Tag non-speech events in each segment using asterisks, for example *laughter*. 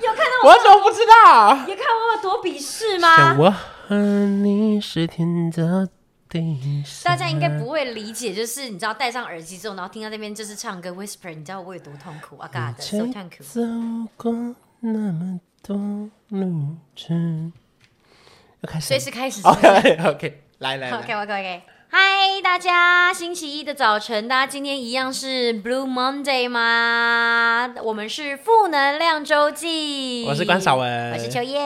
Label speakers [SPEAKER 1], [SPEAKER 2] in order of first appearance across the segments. [SPEAKER 1] *laughs*
[SPEAKER 2] 有看到
[SPEAKER 1] 我怎么不知道？
[SPEAKER 2] 我，有看我有多鄙视
[SPEAKER 3] 什
[SPEAKER 2] 吗？
[SPEAKER 3] 么？和你是天的地上
[SPEAKER 2] 大家应该不会理解，就是你知道戴上耳机之后，然后听到那边就是唱歌 whisper，你知道我有多痛苦啊？
[SPEAKER 1] 嗯
[SPEAKER 2] 嘎的，so
[SPEAKER 3] 曾
[SPEAKER 2] thank you。
[SPEAKER 3] 走过那么多路程，要开始
[SPEAKER 2] 随
[SPEAKER 3] 了。
[SPEAKER 2] 时开始。 *laughs*
[SPEAKER 1] OK OK，来来
[SPEAKER 2] OK
[SPEAKER 1] 来，
[SPEAKER 2] OK OK。嗨，大家，星期一的早晨，大家今天一样是 Blue Monday 吗？我们是负能量周记。
[SPEAKER 1] 我是关少文
[SPEAKER 2] 我是秋叶。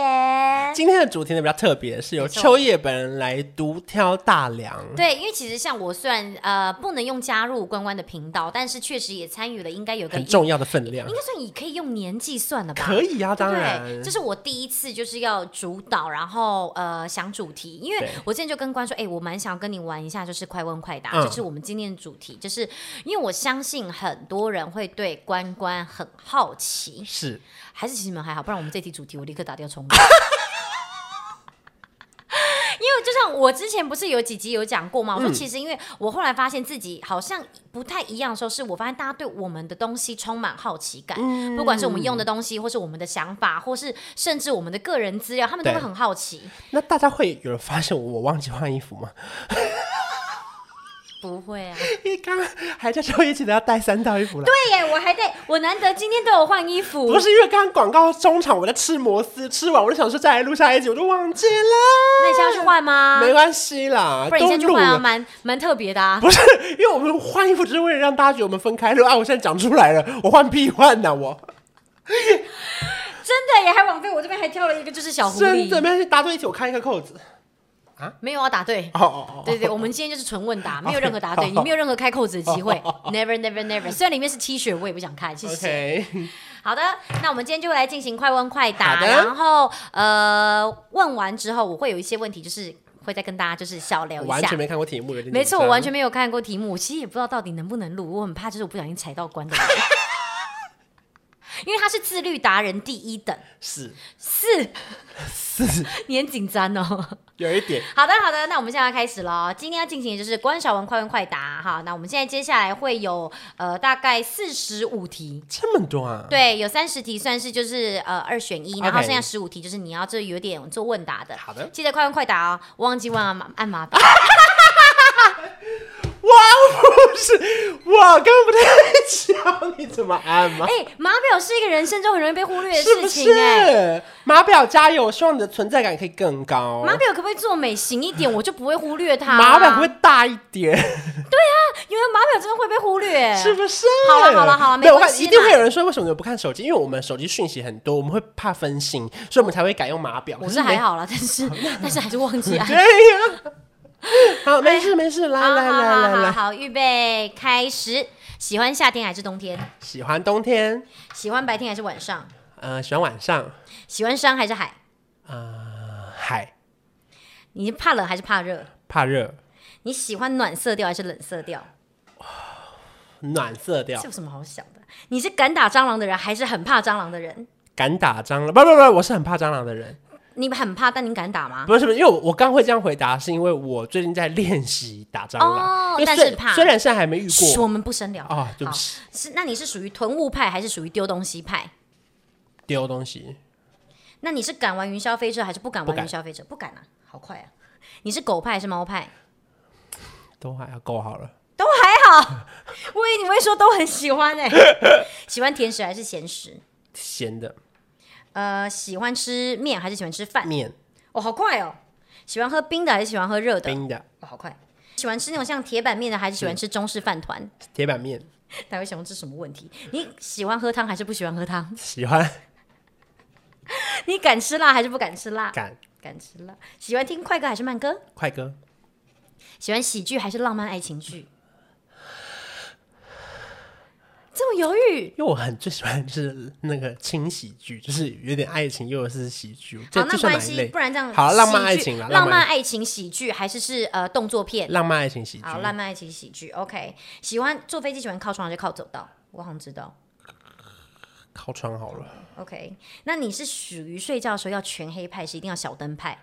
[SPEAKER 1] 今天的主题呢比较特别，是由
[SPEAKER 2] 没错
[SPEAKER 1] 秋叶本人来独挑大梁。
[SPEAKER 2] 对，因为其实像我虽然呃不能用加入关关的频道，但是确实也参与了，应该有个
[SPEAKER 1] 很重要的分量
[SPEAKER 2] 应，该算你可以用年纪算了吧？
[SPEAKER 1] 可以啊，
[SPEAKER 2] 对
[SPEAKER 1] 当
[SPEAKER 2] 不
[SPEAKER 1] 然，
[SPEAKER 2] 对，这是我第一次就是要主导，然后呃想主题，因为
[SPEAKER 1] 对
[SPEAKER 2] 我之前就跟关说，哎、我蛮想跟你玩一下，就是快问快答，
[SPEAKER 1] 嗯
[SPEAKER 2] 这是我们今天的主题，就是因为我相信很多人会对关关很好奇，
[SPEAKER 1] 是
[SPEAKER 2] 还是其实你们还好，不然我们这题主题我立刻打掉重来。 *laughs* 因为就像我之前不是有几集有讲过吗？我说其实因为我后来发现自己好像不太一样的时候，是我发现大家对我们的东西充满好奇感，不管是我们用的东西，或是我们的想法，或是甚至我们的个人资料，他们都会
[SPEAKER 1] 对
[SPEAKER 2] 很好奇。
[SPEAKER 1] 那大家会有人发现我忘记换衣服吗？ *laughs*
[SPEAKER 2] 不会啊，
[SPEAKER 1] 因为刚刚还在秋叶记得要带三套衣服来。
[SPEAKER 2] 对耶，我还得我难得今天都有换衣服，
[SPEAKER 1] 不是因为刚刚广告中场我在吃摩斯，吃完我就想说再来录下一集，我就忘记了。
[SPEAKER 2] 那你现在要去换吗？
[SPEAKER 1] 没关系啦，
[SPEAKER 2] 啊不然你
[SPEAKER 1] 都
[SPEAKER 2] 现在去
[SPEAKER 1] 录
[SPEAKER 2] 换啊，
[SPEAKER 1] 了。
[SPEAKER 2] 蛮蛮特别的啊。
[SPEAKER 1] 不是，因为我们换衣服只是为了让大家觉得我们分开了啊！我现在讲出来了，我换屁换呐、我
[SPEAKER 2] 真的耶，还枉费我这边还挑了一个就是小狐
[SPEAKER 1] 真的
[SPEAKER 2] 狸，
[SPEAKER 1] 没关系，答对一题我开一个扣子。
[SPEAKER 2] 没有啊，答对。
[SPEAKER 1] 哦哦哦，
[SPEAKER 2] 对对对，我们今天就是纯
[SPEAKER 1] *laughs*
[SPEAKER 2] 问答，没有任何答对，你没有任何开扣子的机会，never never never。虽然里面是 T 恤，我也不想看，谢谢。
[SPEAKER 1] OK，
[SPEAKER 2] 好的，那我们今天就会来进行快问快答，
[SPEAKER 1] 好的
[SPEAKER 2] 然后呃，问完之后我会有一些问题，就是会再跟大家就是小聊
[SPEAKER 1] 我
[SPEAKER 2] 一
[SPEAKER 1] 完
[SPEAKER 2] 下
[SPEAKER 1] 全。没看过题目，有嗯点
[SPEAKER 2] 没错，
[SPEAKER 1] 紧张
[SPEAKER 2] 我完全没有看过题目，我其实也不知道到底能不能录，我很怕就是我不小心踩到关
[SPEAKER 1] *laughs*
[SPEAKER 2] 的人，因为他是自律达人第一等，
[SPEAKER 1] 是
[SPEAKER 2] 四，
[SPEAKER 1] 是
[SPEAKER 2] 你很紧张哦。
[SPEAKER 1] 有一点
[SPEAKER 2] 好的，好的，那我们现在开始喽。今天要进行的就是关晓雯快问快答哈。那我们现在接下来会有呃大概四十五题，
[SPEAKER 1] 这么多啊，
[SPEAKER 2] 对，有三十题算是就是呃二选一，然后
[SPEAKER 1] OK
[SPEAKER 2] 剩下十五题就是你要这有点做问答的。
[SPEAKER 1] 好的啊
[SPEAKER 2] 记得快问快答哦，忘记忘按麻按麻烦。
[SPEAKER 1] 哇，不是，我根本不太教你怎么按嘛，
[SPEAKER 2] 哎、码表是一个人生中很容易被忽略的
[SPEAKER 1] 是不
[SPEAKER 2] 事情哎、
[SPEAKER 1] 是？码表加油，我希望你的存在感可以更高。
[SPEAKER 2] 码表可不可以做美型一点，我就不会忽略它。啊
[SPEAKER 1] 码表会不会大一点，
[SPEAKER 2] 因为码表真的会被忽
[SPEAKER 1] *laughs*
[SPEAKER 2] 略，
[SPEAKER 1] 是不是？
[SPEAKER 2] 啊好了好了好了没
[SPEAKER 1] 有我
[SPEAKER 2] 关
[SPEAKER 1] 看
[SPEAKER 2] 系
[SPEAKER 1] 一定
[SPEAKER 2] 啦
[SPEAKER 1] 会有人说，为什么你们不看手机？因为我们手机讯息很多，我们会怕分心，所以我们才会改用码表。
[SPEAKER 2] 我
[SPEAKER 1] 可
[SPEAKER 2] 是
[SPEAKER 1] 没
[SPEAKER 2] 还。好啦，但是但是还是忘
[SPEAKER 1] *laughs*
[SPEAKER 2] 记按。
[SPEAKER 1] 对
[SPEAKER 2] *laughs*
[SPEAKER 1] 呀。好，没事没事，来
[SPEAKER 2] 哎好
[SPEAKER 1] 来
[SPEAKER 2] 好
[SPEAKER 1] 来
[SPEAKER 2] 好
[SPEAKER 1] 来
[SPEAKER 2] 好
[SPEAKER 1] 来，
[SPEAKER 2] 好，预备开始。喜欢夏天还是冬天？
[SPEAKER 1] 喜欢冬天，
[SPEAKER 2] 喜欢白天还是晚上？
[SPEAKER 1] 呃，喜欢晚上，
[SPEAKER 2] 喜欢山还是海？
[SPEAKER 1] 呃，海
[SPEAKER 2] 你是怕冷还是怕热？
[SPEAKER 1] 怕热，
[SPEAKER 2] 你喜欢暖色调还是冷色调？
[SPEAKER 1] 暖色调
[SPEAKER 2] 这，有什么好想的？你是敢打蟑螂的人，还是很怕蟑螂的人？
[SPEAKER 1] 敢打蟑螂？不不不，我是很怕蟑螂的人。
[SPEAKER 2] 你很怕，但你敢打吗？
[SPEAKER 1] 不是不是，因为我我刚会这样回答，是因为我最近在练习打蟑螂，
[SPEAKER 2] 哦
[SPEAKER 1] 因为
[SPEAKER 2] 但
[SPEAKER 1] 虽
[SPEAKER 2] 是怕
[SPEAKER 1] 虽然现在还没遇
[SPEAKER 2] 嘘
[SPEAKER 1] 过
[SPEAKER 2] 我们不深聊
[SPEAKER 1] 啊，对不
[SPEAKER 2] 好
[SPEAKER 1] 起，
[SPEAKER 2] 是那你是属于囤物派，还是属于丢东西派？
[SPEAKER 1] 丢东西，
[SPEAKER 2] 那你是敢玩云霄飞车，还是不敢
[SPEAKER 1] 不
[SPEAKER 2] 玩
[SPEAKER 1] 敢
[SPEAKER 2] 云霄飞车？不敢啊，好快啊！你是狗派还是猫派？
[SPEAKER 1] 都还要够好了。
[SPEAKER 2] 都还好，我以为你会说都很喜
[SPEAKER 1] *laughs*
[SPEAKER 2] 欢哎、喜欢甜食还是咸食？
[SPEAKER 1] 咸的
[SPEAKER 2] 呃，喜欢吃面还是喜欢吃饭？
[SPEAKER 1] 面，
[SPEAKER 2] 哦，好快哦！喜欢喝冰的还是喜欢喝热的？
[SPEAKER 1] 冰的
[SPEAKER 2] 哦，好快！喜欢吃那种像铁板面的，还是喜欢吃中式饭团？ *laughs*
[SPEAKER 1] 铁板面，
[SPEAKER 2] 哪位想问这是什么问题？你喜欢喝汤还是不喜欢喝汤？ *laughs*
[SPEAKER 1] 喜欢
[SPEAKER 2] 你敢吃辣还是不敢吃辣？
[SPEAKER 1] 敢
[SPEAKER 2] 敢吃辣。喜欢听快歌还是慢歌？
[SPEAKER 1] 快歌，
[SPEAKER 2] 喜欢喜剧还是浪漫爱情剧？这么犹豫。
[SPEAKER 1] 因为我很最喜欢就是那个轻喜剧，就是有点爱情又是喜剧，这
[SPEAKER 2] 好，
[SPEAKER 1] 这
[SPEAKER 2] 那
[SPEAKER 1] 算
[SPEAKER 2] 关
[SPEAKER 1] 哪一
[SPEAKER 2] 系，
[SPEAKER 1] 类？
[SPEAKER 2] 不然这样
[SPEAKER 1] 好，浪漫
[SPEAKER 2] 喜
[SPEAKER 1] 爱
[SPEAKER 2] 剧
[SPEAKER 1] 情啦，
[SPEAKER 2] 浪
[SPEAKER 1] 漫
[SPEAKER 2] 漫爱情喜剧还是是呃动作片？
[SPEAKER 1] 浪漫爱情喜剧，
[SPEAKER 2] 好，浪漫爱情喜剧，OK。喜欢坐飞机，喜欢靠窗还是靠走道？我好像知道
[SPEAKER 1] 靠窗好了，
[SPEAKER 2] ，OK。那你是属于睡觉的时候要全黑派，是一定要小灯派？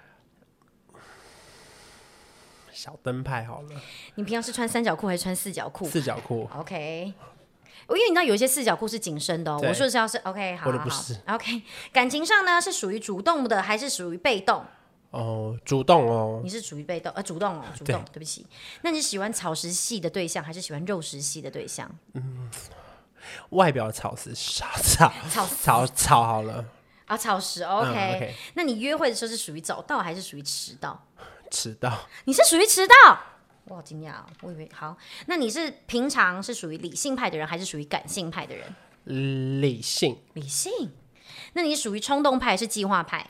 [SPEAKER 1] 小灯牌好了，
[SPEAKER 2] 你平常是穿三角裤还是穿四角裤
[SPEAKER 1] 四角裤，
[SPEAKER 2] ？OK。因为你知道有一些四角裤是紧身的哦，
[SPEAKER 1] 对
[SPEAKER 2] 我说的是要是 OK，好
[SPEAKER 1] 我的
[SPEAKER 2] 好
[SPEAKER 1] 不
[SPEAKER 2] 好
[SPEAKER 1] 是
[SPEAKER 2] OK。感情上呢是属于主动的还是属于被动？
[SPEAKER 1] 哦，主动哦，
[SPEAKER 2] 你是属于被动，呃，主动哦，主动，对不起。那你是喜欢草食系的对象，还是喜欢肉食系的对象？
[SPEAKER 1] 外表草是草草
[SPEAKER 2] 草
[SPEAKER 1] 草草好了，
[SPEAKER 2] 啊，草食
[SPEAKER 1] 嗯
[SPEAKER 2] OK、
[SPEAKER 1] OK
[SPEAKER 2] 那你约会的时候是属于早到还是属于迟到？
[SPEAKER 1] 迟到
[SPEAKER 2] 你是属于迟到，我好惊讶哦，我以为好。那你是平常是属于理性派的人，还是属于感性派的人？
[SPEAKER 1] 理性
[SPEAKER 2] 理性。那你是属于冲动派还是计划派？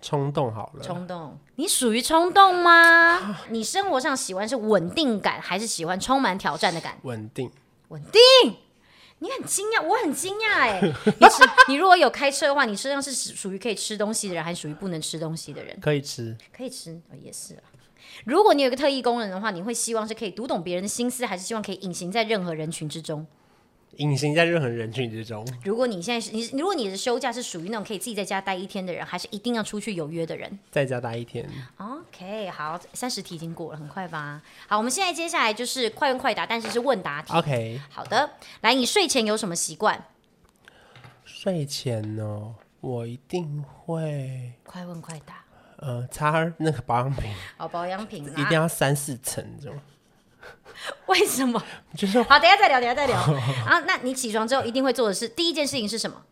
[SPEAKER 1] 冲动好了，
[SPEAKER 2] 冲动，你属于冲动吗？你生活上喜欢是稳定感，还是喜欢充满挑战的感？
[SPEAKER 1] 稳定，
[SPEAKER 2] 稳定。你很惊讶，我很惊讶 *laughs* 哎！你吃，你如果有开车的话，你身上是属于可以吃东西的人，还是属于不能吃东西的人？
[SPEAKER 1] 可以吃，
[SPEAKER 2] 可以吃、哦、也是啊。如果你有一个特异功能的话，你会希望是可以读懂别人的心思，还是希望可以隐形在任何人群之中？
[SPEAKER 1] 隐形在任何人群之中，
[SPEAKER 2] 如果你现在是你，如果你的休假是属于那种可以自己在家待一天的人，还是一定要出去有约的人
[SPEAKER 1] 在家待一天，
[SPEAKER 2] ？OK，好，三十题已经过了，很快吧？好，我们现在接下来就是快问快答，但是是问答题。
[SPEAKER 1] OK，
[SPEAKER 2] 好的，来，你睡前有什么习惯？
[SPEAKER 1] 睡前呢，我一定会
[SPEAKER 2] 快问快答。
[SPEAKER 1] 呃擦那个保养品，
[SPEAKER 2] 哦，保养品
[SPEAKER 1] 一定
[SPEAKER 2] 啊？
[SPEAKER 1] 要三四层这种，
[SPEAKER 2] *laughs* 为什么？
[SPEAKER 1] 就是
[SPEAKER 2] 好，等一下再聊，等一下再聊啊。那你起床之后一定会做的事，第一件事情是什么？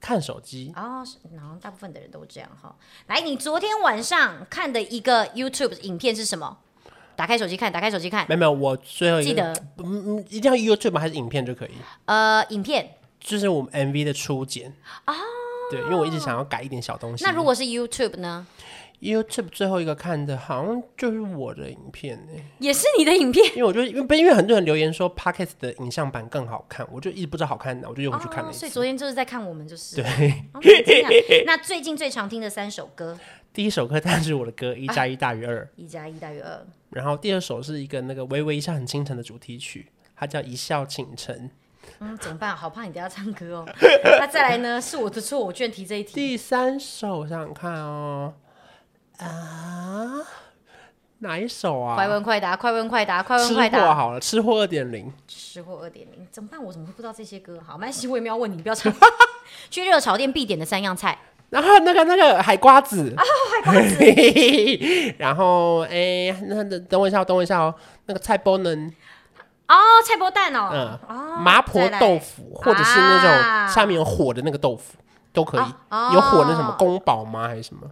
[SPEAKER 1] 看手机，
[SPEAKER 2] 哦，是然后大部分的人都这样哈。来，你昨天晚上看的一个 YouTube 影片是什么？打开手机看，打开手机看。
[SPEAKER 1] 没有没有，我最后一个
[SPEAKER 2] 记得
[SPEAKER 1] 嗯嗯，一定要 YouTube 吗还是影片就可以，
[SPEAKER 2] 呃，影片。
[SPEAKER 1] 就是我们 MV 的初剪对，因为我一直想要改一点小东西。
[SPEAKER 2] 哦那如果是 YouTube 呢？
[SPEAKER 1] YouTube 最后一个看的，好像就是我的影片呢、
[SPEAKER 2] 也是你的影片。
[SPEAKER 1] 因为我就因为因为很多人留言说 Pocket 的影像版更好看，我就一直不知道好看哪，我就又回去看了
[SPEAKER 2] 哦
[SPEAKER 1] 一
[SPEAKER 2] 所以
[SPEAKER 1] 次。
[SPEAKER 2] 昨天就是在看我们，就是。
[SPEAKER 1] 对，
[SPEAKER 2] 哦原来这样那最近最常听的三首歌，
[SPEAKER 1] *laughs* 第一首歌当然是我的歌《一加一大于二》，
[SPEAKER 2] 一加一大于二。
[SPEAKER 1] 然后第二首是一个那个《微微一笑很倾城》的主题曲，它叫《一笑倾城》。
[SPEAKER 2] 嗯，怎么办？好怕你等一下唱歌哦。 *laughs* 那再来呢？是我的错，我居然提这一题。
[SPEAKER 1] 第三首我想想看哦，啊，哪一首啊？
[SPEAKER 2] 快问快答，快问快答，快问
[SPEAKER 1] 吃
[SPEAKER 2] 快
[SPEAKER 1] 货
[SPEAKER 2] 答。
[SPEAKER 1] 好了，吃货二点零。
[SPEAKER 2] 吃货二点零，怎么办？我怎么会不知道这些歌？好，没关系，我也没有问你，你不
[SPEAKER 1] *laughs*
[SPEAKER 2] 要唱。去热炒店必点的三样菜，
[SPEAKER 1] 然后那个那个海瓜子，啊、海瓜子， *laughs* 然后哎、那那等我一下哦，等我一下哦，那个菜包能，
[SPEAKER 2] 哦，菜包蛋哦，
[SPEAKER 1] 嗯，
[SPEAKER 2] 哦
[SPEAKER 1] 麻婆豆腐，或者是那
[SPEAKER 2] 啊
[SPEAKER 1] 种下面有火的那个豆腐都可以，
[SPEAKER 2] 哦
[SPEAKER 1] 有火的什么宫保吗？还是什么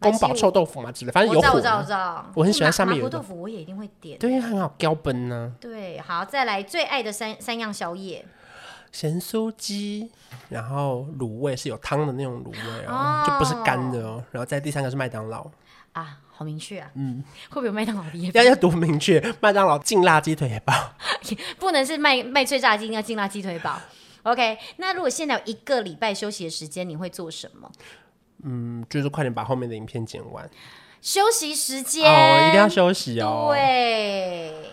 [SPEAKER 1] 宫保臭豆腐吗？之类，反
[SPEAKER 2] 再来
[SPEAKER 1] 正有
[SPEAKER 2] 我知道，
[SPEAKER 1] 火
[SPEAKER 2] 我
[SPEAKER 1] 的，
[SPEAKER 2] 知道，我知道，
[SPEAKER 1] 我很喜欢上面有
[SPEAKER 2] 麻麻
[SPEAKER 1] 一个
[SPEAKER 2] 婆豆腐，我也一定会点。
[SPEAKER 1] 对，很好标本啊呢、
[SPEAKER 2] 对，好，再来最爱的三三样宵夜
[SPEAKER 1] 咸酥鸡，然后卤味是有汤的那种卤味
[SPEAKER 2] 哦
[SPEAKER 1] 哦，就不是干的哦。然后再第三个是麦当劳，
[SPEAKER 2] 啊，好明确啊，嗯， *laughs* 会不会有麦当劳的夜
[SPEAKER 1] 要要多明确，麦当劳劲辣鸡腿堡。
[SPEAKER 2] *laughs* 不能是卖卖脆炸鸡，一定要劲辣鸡腿堡。OK，那如果现在有一个礼拜休息的时间，你会做什么？
[SPEAKER 1] 嗯，就是快点把后面的影片剪完
[SPEAKER 2] 休息时间
[SPEAKER 1] 哦，一定要休息哦。，
[SPEAKER 2] 对。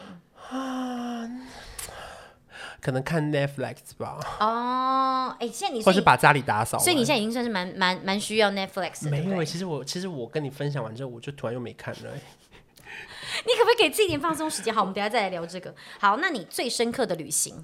[SPEAKER 1] 可能看 Netflix 吧，
[SPEAKER 2] 哦，哎，现在你
[SPEAKER 1] 或
[SPEAKER 2] 所
[SPEAKER 1] 是
[SPEAKER 2] 以
[SPEAKER 1] 把家里打扫完。
[SPEAKER 2] 所以你现在已经算是蛮蛮蛮需要 Netflix 的，对
[SPEAKER 1] 没
[SPEAKER 2] 不对
[SPEAKER 1] 有？其实我其实我跟你分享完之后，我就突然又没看了欸。
[SPEAKER 2] 你可不可以给自己一点放松时间？好，我们等一下再来聊这个。好，那你最深刻的旅行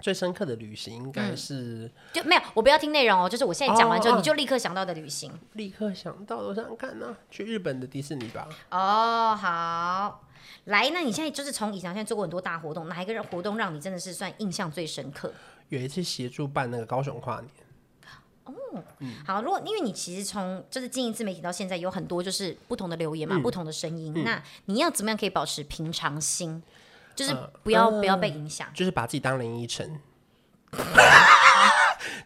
[SPEAKER 1] 最深刻的旅行应该是
[SPEAKER 2] 就没有？我不要听内容哦，就是我现在讲完之后，
[SPEAKER 1] 哦哦
[SPEAKER 2] 你就立刻想到的旅行。
[SPEAKER 1] 立刻想到的，我想想看呢、啊去日本的迪士尼吧。
[SPEAKER 2] 哦，好，来，那你现在就是从以前到现在做过很多大活动，哪一个人活动让你真的是算印象最深刻？
[SPEAKER 1] 有一次协助办那个高雄跨年，
[SPEAKER 2] 好，如果因为你其实从就是经营自媒体到现在，有很多就是不同的留言嘛，
[SPEAKER 1] 嗯
[SPEAKER 2] 不同的声音，那你要怎么样可以保持平常心？
[SPEAKER 1] 呃
[SPEAKER 2] 就是不要、不要被影响。 *laughs*
[SPEAKER 1] 就是把自己当林依晨。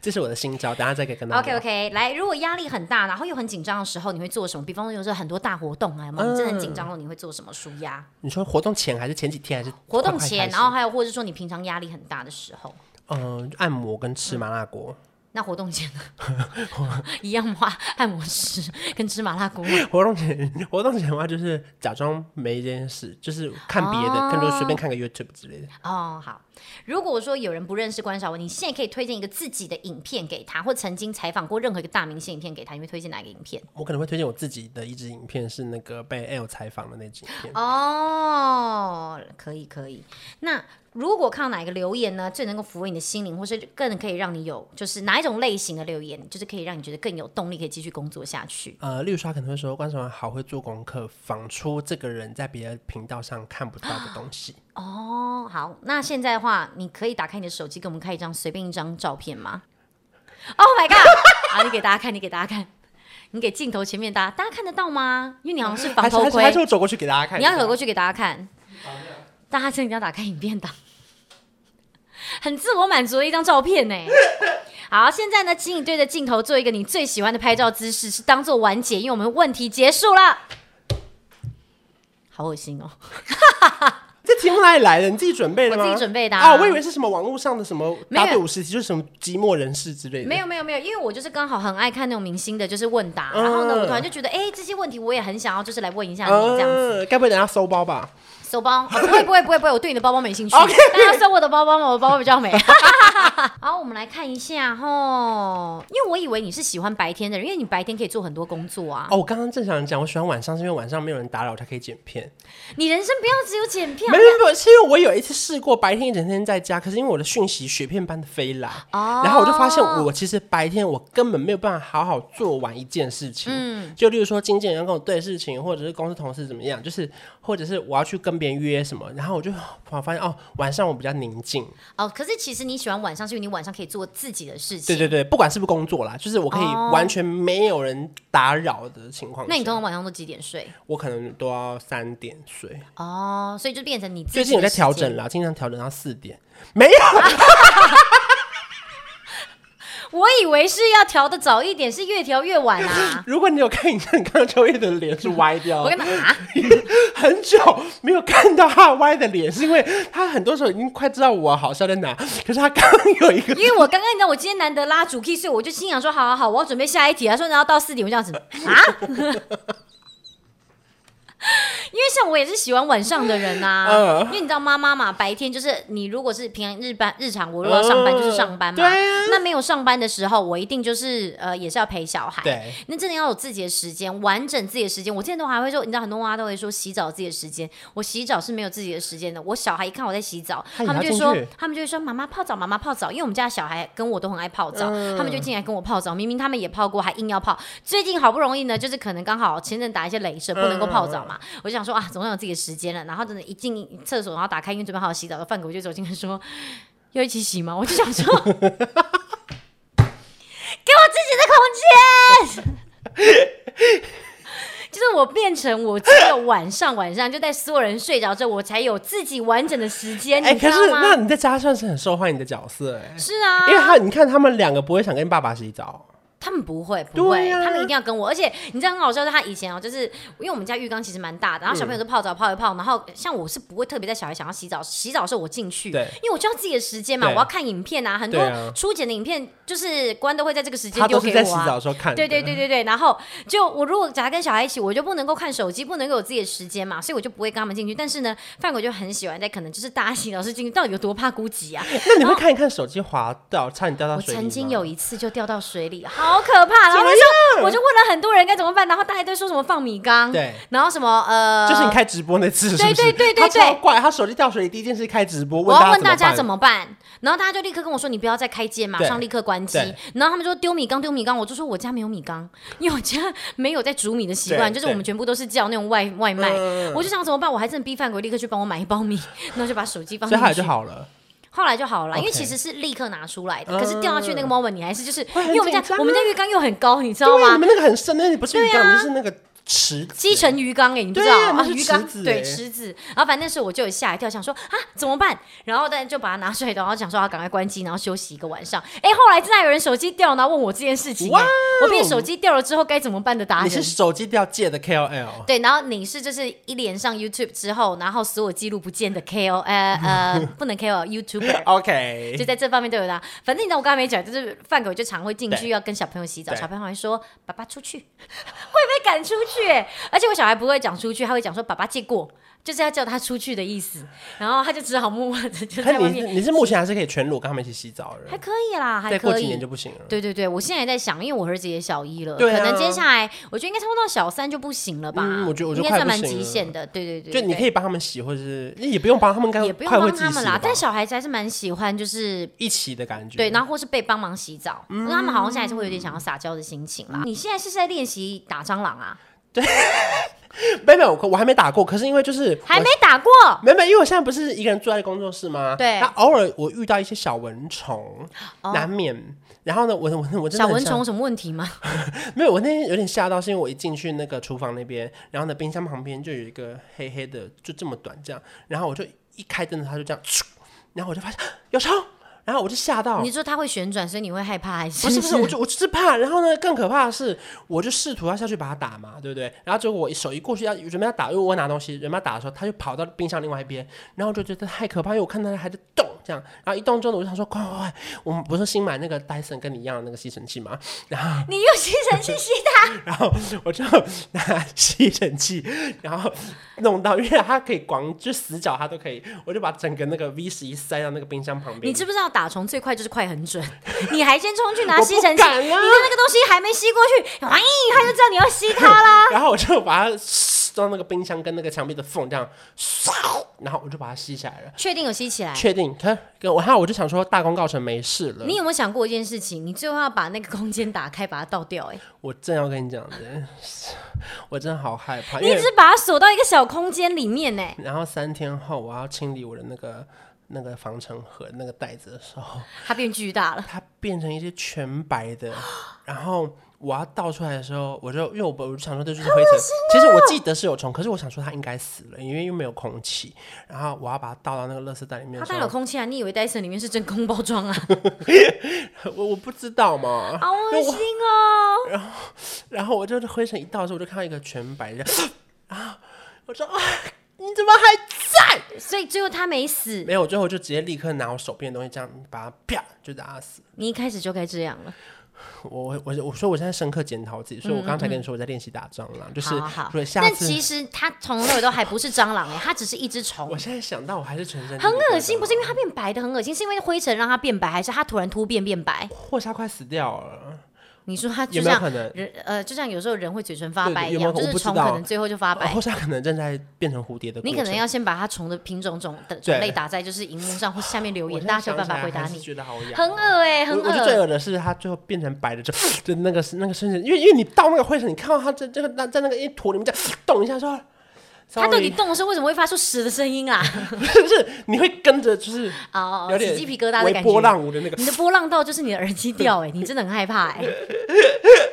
[SPEAKER 1] 这是我的新招，等下再给跟大家聊。
[SPEAKER 2] OK OK，来，如果压力很大，然后又很紧张的时候，你会做什么？比方说，有时候很多大活动啊，有没有你真的很紧张了，你会做什么舒压？
[SPEAKER 1] 你说活动前还是前几天还是
[SPEAKER 2] 活动
[SPEAKER 1] 快快
[SPEAKER 2] 前，
[SPEAKER 1] 开始
[SPEAKER 2] 然后还有或者说你平常压力很大的时候，
[SPEAKER 1] 嗯，按摩跟吃麻辣锅，
[SPEAKER 2] 那活动前呢？ *laughs* 一样吗？按摩师跟吃麻辣锅，
[SPEAKER 1] 活动前活动前的话就是假装没一件事，就是看别的，
[SPEAKER 2] 哦
[SPEAKER 1] 看就随便看个 YouTube 之类的。
[SPEAKER 2] 哦，好。如果说有人不认识关少文，你现在可以推荐一个自己的影片给他，或曾经采访过任何一个大明星影片给他，你会推荐哪一个影片？
[SPEAKER 1] 我可能会推荐我自己的一支影片，是那个被 L 采访的那支影片。
[SPEAKER 2] 哦，可以可以。那如果看到哪一个留言呢，最能够抚慰你的心灵，或是更可以让你有，就是哪一种类型的留言，就是可以让你觉得更有动力，可以继续工作下去。
[SPEAKER 1] 呃，例如说他可能会说关少文好会做功课，仿出这个人在别的频道上看不到的东
[SPEAKER 2] *laughs*
[SPEAKER 1] 西。
[SPEAKER 2] 哦，好，那现在的话，你可以打开你的手机，给我们看一张随便一张照片吗？Oh my god！好，
[SPEAKER 1] *laughs*
[SPEAKER 2] 你给大家看，你给大家看，你给镜头前面大家，大家看得到吗？因为你好像是防
[SPEAKER 1] 还是
[SPEAKER 2] 头
[SPEAKER 1] 还是
[SPEAKER 2] 盔
[SPEAKER 1] 还是，我走过去给大家看一
[SPEAKER 2] 你
[SPEAKER 1] 下。
[SPEAKER 2] 要走过去给大家看。大家真的一定要打开影片档，很自我满足的一张照片呢。好，现在呢，请你对着镜头做一个你最喜欢的拍照姿势，是当做完结，因为我们问题结束了。好恶心哦！
[SPEAKER 1] 这题目哪里来的？你自己准备的吗？
[SPEAKER 2] 我自己准备的啊
[SPEAKER 1] 啊！我以为是什么网络上的什么
[SPEAKER 2] 没有
[SPEAKER 1] 答对五十题，就是什么寂寞人士之类的。
[SPEAKER 2] 没有没有没有，因为我就是刚好很爱看那种明星的，就是问答，
[SPEAKER 1] 嗯
[SPEAKER 2] 然后呢，我突然就觉得，哎、这些问题我也很想要，就是来问一下你这样子。
[SPEAKER 1] 嗯，该不会等下搜包吧？
[SPEAKER 2] 手包、哦不会不会不会不会，我对你的包包没兴
[SPEAKER 1] *laughs*
[SPEAKER 2] 趣。
[SPEAKER 1] OK
[SPEAKER 2] 大家啊收我的包包吗？我的包包比
[SPEAKER 1] *laughs*
[SPEAKER 2] 较美。好，我们来看一下吼，因为我以为你是喜欢白天的人，因为你白天可以做很多工作啊。
[SPEAKER 1] 哦，我刚刚正想讲，我喜欢晚上，是因为晚上没有人打扰，我才可以剪片。
[SPEAKER 2] 你人生不要只有剪片啊
[SPEAKER 1] 没。有没有，是因为我有一次试过白天一整天在家，可是因为我的讯息雪片般的飞来，
[SPEAKER 2] 哦
[SPEAKER 1] 然后我就发现我其实白天我根本没有办法好好做完一件事情。嗯，就例如说经纪人要跟我对事情，或者是公司同事怎么样，就是或者是我要去跟别人约什么，然后我就我发现哦，晚上我比较宁静。
[SPEAKER 2] 哦，可是其实你喜欢晚上，是因为你晚上可以做自己的事情。
[SPEAKER 1] 对对对，不管是不是工作啦，就是我可以
[SPEAKER 2] 哦
[SPEAKER 1] 完全没有人打扰的情况下。
[SPEAKER 2] 那你通常晚上都几点睡？
[SPEAKER 1] 我可能都要三点睡。
[SPEAKER 2] 哦，所以就变成你自己
[SPEAKER 1] 最近有在
[SPEAKER 2] 的
[SPEAKER 1] 调
[SPEAKER 2] 时间
[SPEAKER 1] 整。啦，经常调整到四点。没有，。
[SPEAKER 2] 我以为是要调的早一点，是越调越晚啊
[SPEAKER 1] *laughs* 如果你有看你看刚刚秋叶的脸是歪掉
[SPEAKER 2] 我跟
[SPEAKER 1] 的，
[SPEAKER 2] 你们啊，
[SPEAKER 1] 很久没有看到他歪的脸，是因为他很多时候已经快知道我好笑在哪，可是他刚刚有一个
[SPEAKER 2] *laughs* 因为我刚刚你知道，我今天难得拉主 key，所以我就心想说，好好好，我要准备下一题啊。说你要到四点，我
[SPEAKER 1] *laughs*
[SPEAKER 2] 这样子啊。
[SPEAKER 1] 啊
[SPEAKER 2] 因为像我也是喜欢晚上的人呐、
[SPEAKER 1] 嗯
[SPEAKER 2] 因为你知道妈妈嘛，白天就是你如果是平常日班日常，我如果要上班就是上班
[SPEAKER 1] 嗯
[SPEAKER 2] 嘛。
[SPEAKER 1] 对啊
[SPEAKER 2] 那没有上班的时候，我一定就是呃也是要陪小孩。
[SPEAKER 1] *laughs* 对
[SPEAKER 2] 那真的要有自己的时间，完整自己的时间。我之前都还会说，你知道很多妈都会说洗澡自己的时间，我洗澡是没有自己的时间的。我小孩一看我在洗澡，
[SPEAKER 1] 他
[SPEAKER 2] 他
[SPEAKER 1] 也
[SPEAKER 2] 们
[SPEAKER 1] 要
[SPEAKER 2] 就会
[SPEAKER 1] 进
[SPEAKER 2] 说
[SPEAKER 1] 去，
[SPEAKER 2] 他们就会说妈妈泡澡，妈妈泡澡，因为我们家小孩跟我都很爱泡澡，他
[SPEAKER 1] 嗯
[SPEAKER 2] 们就进来跟我泡澡，明明他们也泡过，还硬要泡。最近好不容易呢，就是可能刚好前阵打一些镭射，不能够泡澡嘛，
[SPEAKER 1] 嗯
[SPEAKER 2] 我就想说啊，总算有自己的时间了。然后真的，一进厕所，然后打开，因为准备好洗澡的范哥，我就走进来说。 *laughs* 要一起洗吗？我就想说，给我自己的空间。 *laughs* 就是我变成我只有晚上，晚上就在所有人睡着之后，我才有自己完整的时间。
[SPEAKER 1] 哎、
[SPEAKER 2] 你知
[SPEAKER 1] 可
[SPEAKER 2] 道
[SPEAKER 1] 是
[SPEAKER 2] 吗？
[SPEAKER 1] 那你在家算是很受欢迎的角色哎、
[SPEAKER 2] 是啊，
[SPEAKER 1] 因为他你看他们两个不会想跟爸爸洗澡，
[SPEAKER 2] 他们不会，不会，
[SPEAKER 1] 对啊
[SPEAKER 2] 他们一定要跟我。而且你知道很好笑，是他以前哦、就是因为我们家浴缸其实蛮
[SPEAKER 1] 嗯
[SPEAKER 2] 大的，然后小朋友都泡澡泡一泡，然后像我是不会特别在小孩想要洗澡洗澡的时候我进去，
[SPEAKER 1] 对啊
[SPEAKER 2] 因为我就要自己的时间嘛，
[SPEAKER 1] 对
[SPEAKER 2] 我要看影片啊，很多
[SPEAKER 1] 对啊
[SPEAKER 2] 初剪的影片就是关都会在这个时间
[SPEAKER 1] 他
[SPEAKER 2] 丢
[SPEAKER 1] 都是
[SPEAKER 2] 给
[SPEAKER 1] 在洗
[SPEAKER 2] 我啊
[SPEAKER 1] 澡的。时候看的。
[SPEAKER 2] 对对对对对，然后就我如果假如跟小孩一起，我就不能够看手机，不能够有自己的时间嘛，所以我就不会跟他们进去。但是呢，范鬼就很喜欢在可能就是大家洗澡室进去，到底有多怕孤寂啊？
[SPEAKER 1] 那你会看一看手机滑到，差点掉到
[SPEAKER 2] 我
[SPEAKER 1] 水里
[SPEAKER 2] 曾经
[SPEAKER 1] 吗
[SPEAKER 2] 有一次就掉到水里，好可怕！然后
[SPEAKER 1] 怎么
[SPEAKER 2] 那时候我就问了很多人该怎么办，然后大家都说什么放米缸，
[SPEAKER 1] 对，
[SPEAKER 2] 然后什么呃，
[SPEAKER 1] 就是你开直播那次是不是，
[SPEAKER 2] 对对对对
[SPEAKER 1] 他超
[SPEAKER 2] 对
[SPEAKER 1] 怪，他手机掉水里第一件事开直播，
[SPEAKER 2] 我要问大
[SPEAKER 1] 家
[SPEAKER 2] 家怎么办，然后大家就立刻跟我说你不要再开机，马
[SPEAKER 1] 对
[SPEAKER 2] 上立刻关机
[SPEAKER 1] 对。
[SPEAKER 2] 然后他们说丢米缸丢米缸，我就说我家没有米缸， *laughs* 因为我家没有在煮米的习惯，
[SPEAKER 1] 对
[SPEAKER 2] 就是我们
[SPEAKER 1] 对
[SPEAKER 2] 全部都是叫那种外外卖
[SPEAKER 1] 嗯。
[SPEAKER 2] 我就想怎么办，我还真的逼饭鬼立刻去帮我买一包
[SPEAKER 1] *laughs*
[SPEAKER 2] 米，然后就把手机放
[SPEAKER 1] 所
[SPEAKER 2] 进
[SPEAKER 1] 以后来就
[SPEAKER 2] 去。
[SPEAKER 1] 好了。
[SPEAKER 2] 后来就好了，因为
[SPEAKER 1] OK 嗯
[SPEAKER 2] 其实是立刻拿出来的，可是掉下去那个 moment 你还是就是，
[SPEAKER 1] 很
[SPEAKER 2] 因为我们家
[SPEAKER 1] 紧张啊
[SPEAKER 2] 我们家浴缸又很高，你知道
[SPEAKER 1] 对
[SPEAKER 2] 吗啊
[SPEAKER 1] 你？们那个很深，那你不是鱼缸，你就是那个池子
[SPEAKER 2] 击沉鱼缸哎、你不知
[SPEAKER 1] 对
[SPEAKER 2] 道
[SPEAKER 1] 那
[SPEAKER 2] 啊？
[SPEAKER 1] 是
[SPEAKER 2] 鱼
[SPEAKER 1] 池
[SPEAKER 2] 缸
[SPEAKER 1] 子欸
[SPEAKER 2] 对池子，然后反正那时候我就有吓一跳，想说啊怎么办？然后但就把它拿出来，然后想说要赶快关机，然后休息一个晚上。哎，后来真的有人手机掉了，然后问我这件事情、欸，
[SPEAKER 1] 哇哦
[SPEAKER 2] 我变手机掉了之后该怎么办的答案。
[SPEAKER 1] 你是手机掉借的
[SPEAKER 2] *laughs*
[SPEAKER 1] KOL，
[SPEAKER 2] 对，然后你是就是一连上 YouTube 之后，然后所有记录不见的 KOL，呃
[SPEAKER 1] *laughs*
[SPEAKER 2] 呃，不能 KOL YouTuber。
[SPEAKER 1] OK，
[SPEAKER 2] 就在这方面都有啦。反正你知道我刚才没讲，就是饭狗就常会进去
[SPEAKER 1] 对
[SPEAKER 2] 要跟小朋友洗澡，
[SPEAKER 1] 对
[SPEAKER 2] 小朋友还说“爸爸出去”， *laughs* 会被赶出去欸。而且我小孩不会讲出去，他会讲说“爸爸借过”，就是要叫他出去的意思。然后他就只好默默的就
[SPEAKER 1] 可
[SPEAKER 2] 在
[SPEAKER 1] 是
[SPEAKER 2] 外
[SPEAKER 1] 你是
[SPEAKER 2] 面，
[SPEAKER 1] 你是目前还是可以全裸跟他们一起洗澡的
[SPEAKER 2] 还
[SPEAKER 1] 人，
[SPEAKER 2] 可以啦，还
[SPEAKER 1] 再过
[SPEAKER 2] 可
[SPEAKER 1] 几年
[SPEAKER 2] 以
[SPEAKER 1] 就。不行了。
[SPEAKER 2] 对对对，我现在也在想，因为我儿子也小一了，
[SPEAKER 1] 对啊
[SPEAKER 2] 可能接下来我觉得应该差不多到小三就不行了吧。
[SPEAKER 1] 嗯我觉得我觉得
[SPEAKER 2] 应该
[SPEAKER 1] 快
[SPEAKER 2] 算
[SPEAKER 1] 不
[SPEAKER 2] 蛮
[SPEAKER 1] 行
[SPEAKER 2] 极
[SPEAKER 1] 了
[SPEAKER 2] 限的。对对对，
[SPEAKER 1] 就你
[SPEAKER 2] 对
[SPEAKER 1] 可以帮他们洗，或者是也不用帮他们，该
[SPEAKER 2] 也不用
[SPEAKER 1] 快会
[SPEAKER 2] 帮
[SPEAKER 1] 自己
[SPEAKER 2] 他们
[SPEAKER 1] 洗
[SPEAKER 2] 啦
[SPEAKER 1] 了，
[SPEAKER 2] 但
[SPEAKER 1] 吧？
[SPEAKER 2] 小孩子还是蛮喜欢，就是
[SPEAKER 1] 一起的感觉。
[SPEAKER 2] 对，然后或是被帮忙洗澡，
[SPEAKER 1] 嗯
[SPEAKER 2] 那、他们好像现在还是会有点想要撒娇的心情啦。你现在是在练习打蟑螂啊？
[SPEAKER 1] 没有没有，我我还没打过，可是因为就是
[SPEAKER 2] 还
[SPEAKER 1] 我
[SPEAKER 2] 没打过，
[SPEAKER 1] 没有没有，因为我现在不是一个人住在工作室吗？
[SPEAKER 2] 对哦
[SPEAKER 1] 那偶尔我遇到一些小蚊虫，难免。然后呢，我我我真的
[SPEAKER 2] 小
[SPEAKER 1] 很
[SPEAKER 2] 蚊
[SPEAKER 1] 像
[SPEAKER 2] 虫有什么问题吗？
[SPEAKER 1] 没有，我那天有点吓到，是因为我一进去那个厨房那边，然后呢冰箱旁边就有一个黑黑的，就这么短这样，然后我就一开灯，它就这样，咻然后我就发现有虫，然后我就吓到，
[SPEAKER 2] 你说它会旋转，所以你会害怕还
[SPEAKER 1] 哦
[SPEAKER 2] 是？
[SPEAKER 1] 不是不是，我就我就是怕。然后呢，更可怕的是，我就试图要下去把它打嘛，对不对？然后结果我一手一过去要准备要打，因为我拿东西，准备要打的时候，它就跑到冰箱另外一边，然后我就觉得太可怕，因为我看它还在动，这样，然后一动之后呢，我就想说，快快快，我们不是新买那个戴森跟你一样的那个吸尘器吗？
[SPEAKER 2] *laughs* 你用吸尘器吸它，
[SPEAKER 1] 然后我就拿吸尘器，然后弄到，因为它可以光就死角它都可以，我就把整个那个 V 十一塞到那个冰箱旁边。
[SPEAKER 2] 你知不知道打虫最快就是快很准？ *laughs* 你还先冲去拿
[SPEAKER 1] 我
[SPEAKER 2] 吸
[SPEAKER 1] 不
[SPEAKER 2] 尘器，
[SPEAKER 1] 敢啊
[SPEAKER 2] 你的那个东西还没吸过去，哇咦，它就知道你要吸它啦。
[SPEAKER 1] 然后我就把它嘶到那个冰箱跟那个墙壁的缝这样，唰然后我就把它吸起来了。
[SPEAKER 2] 确定有吸起来？
[SPEAKER 1] 确定，看，跟我还有我就想说大功告成没事了
[SPEAKER 2] 你。有没有想过一件事情？你最后要把那个空间打开，把它倒掉、欸。
[SPEAKER 1] 我正要跟你讲的，我真的好害怕，
[SPEAKER 2] 你
[SPEAKER 1] 因
[SPEAKER 2] 一
[SPEAKER 1] 为
[SPEAKER 2] 直把它锁到一个小空间里面哎呢、
[SPEAKER 1] 然后三天后我要清理我的那个那个防尘盒那个袋子的时候，
[SPEAKER 2] 它变巨大了。
[SPEAKER 1] 它变成一些全白
[SPEAKER 2] *gasps*
[SPEAKER 1] 的，然后。我要倒出来的时候，我就因为我我就想说这就是灰
[SPEAKER 2] 啊
[SPEAKER 1] 尘。其实我记得是有虫，可是我想说它应该死了，因为又没有空气。然后我要把它倒到那个垃圾袋里面
[SPEAKER 2] 它
[SPEAKER 1] 的时
[SPEAKER 2] 当
[SPEAKER 1] 候。
[SPEAKER 2] 然有空气啊！你以为戴森里面是真空包啊装
[SPEAKER 1] *laughs*
[SPEAKER 2] 啊？
[SPEAKER 1] 我我不知道嘛，
[SPEAKER 2] 好
[SPEAKER 1] 因
[SPEAKER 2] 恶
[SPEAKER 1] 为
[SPEAKER 2] 心
[SPEAKER 1] 我
[SPEAKER 2] 哦！
[SPEAKER 1] 然后我就灰尘一到的时候，我就看到一个全白的， *gasps* 啊，我说啊，你怎么
[SPEAKER 2] *laughs*
[SPEAKER 1] 还在？
[SPEAKER 2] *laughs* 所以最后他没死，
[SPEAKER 1] 没有，最后就直接立刻拿我手边的东西这样把它啪就打死。
[SPEAKER 2] 你一开始就该这样了。
[SPEAKER 1] 我我我我说我现在深刻检讨自己，所以我刚才跟你说我在练习打蟑螂，就是
[SPEAKER 2] 好好好
[SPEAKER 1] 所以，下
[SPEAKER 2] 但
[SPEAKER 1] 次
[SPEAKER 2] 其实它从头到尾都还不是蟑螂哎、它只是一只虫
[SPEAKER 1] 我，现在想到我还是全身
[SPEAKER 2] 很
[SPEAKER 1] 鸡皮疙
[SPEAKER 2] 恶
[SPEAKER 1] 瘩
[SPEAKER 2] 心。不是因为它变白的很恶心，是因为灰尘让它变白，还是它突然突变变白？
[SPEAKER 1] 或是它快死掉了，
[SPEAKER 2] 你说它就
[SPEAKER 1] 有没有
[SPEAKER 2] 像
[SPEAKER 1] 可能
[SPEAKER 2] 人呃，就像有时候人会嘴唇发
[SPEAKER 1] 对
[SPEAKER 2] 白一
[SPEAKER 1] 有没有
[SPEAKER 2] 样，就
[SPEAKER 1] 我
[SPEAKER 2] 是
[SPEAKER 1] 不知
[SPEAKER 2] 虫
[SPEAKER 1] 道哦
[SPEAKER 2] 可能最后就发白
[SPEAKER 1] 或。是它可能正在变成蝴蝶的过
[SPEAKER 2] 你
[SPEAKER 1] 程。
[SPEAKER 2] 可能要先把它虫的品种种的
[SPEAKER 1] 对
[SPEAKER 2] 种类打在就是荧幕上或下面留
[SPEAKER 1] 我
[SPEAKER 2] 言，
[SPEAKER 1] 现
[SPEAKER 2] 大
[SPEAKER 1] 在
[SPEAKER 2] 家才
[SPEAKER 1] 想
[SPEAKER 2] 有办
[SPEAKER 1] 起
[SPEAKER 2] 法
[SPEAKER 1] 来
[SPEAKER 2] 回答
[SPEAKER 1] 还是
[SPEAKER 2] 你。
[SPEAKER 1] 觉得好痒，
[SPEAKER 2] 很恶哎、
[SPEAKER 1] 我
[SPEAKER 2] 很
[SPEAKER 1] 我觉
[SPEAKER 2] 恶
[SPEAKER 1] 得最恶的是它最后 *sniffs* 变成白的，就就那个是那个瞬间，因为因为你到那个灰尘，你看到它在这个那在那个一坨里面这样动一下说，
[SPEAKER 2] 它到底
[SPEAKER 1] sorry
[SPEAKER 2] 动的时候为什么会发出屎的声音
[SPEAKER 1] *laughs*
[SPEAKER 2] 啊？
[SPEAKER 1] 就是你会跟着就是
[SPEAKER 2] 哦，
[SPEAKER 1] 有
[SPEAKER 2] 起
[SPEAKER 1] 点
[SPEAKER 2] 鸡皮疙瘩的
[SPEAKER 1] 微
[SPEAKER 2] 感
[SPEAKER 1] 波
[SPEAKER 2] 觉。
[SPEAKER 1] 浪舞的那个
[SPEAKER 2] 你，的波浪到就是你的耳机
[SPEAKER 1] *laughs*
[SPEAKER 2] 掉哎、你真的很害怕哎、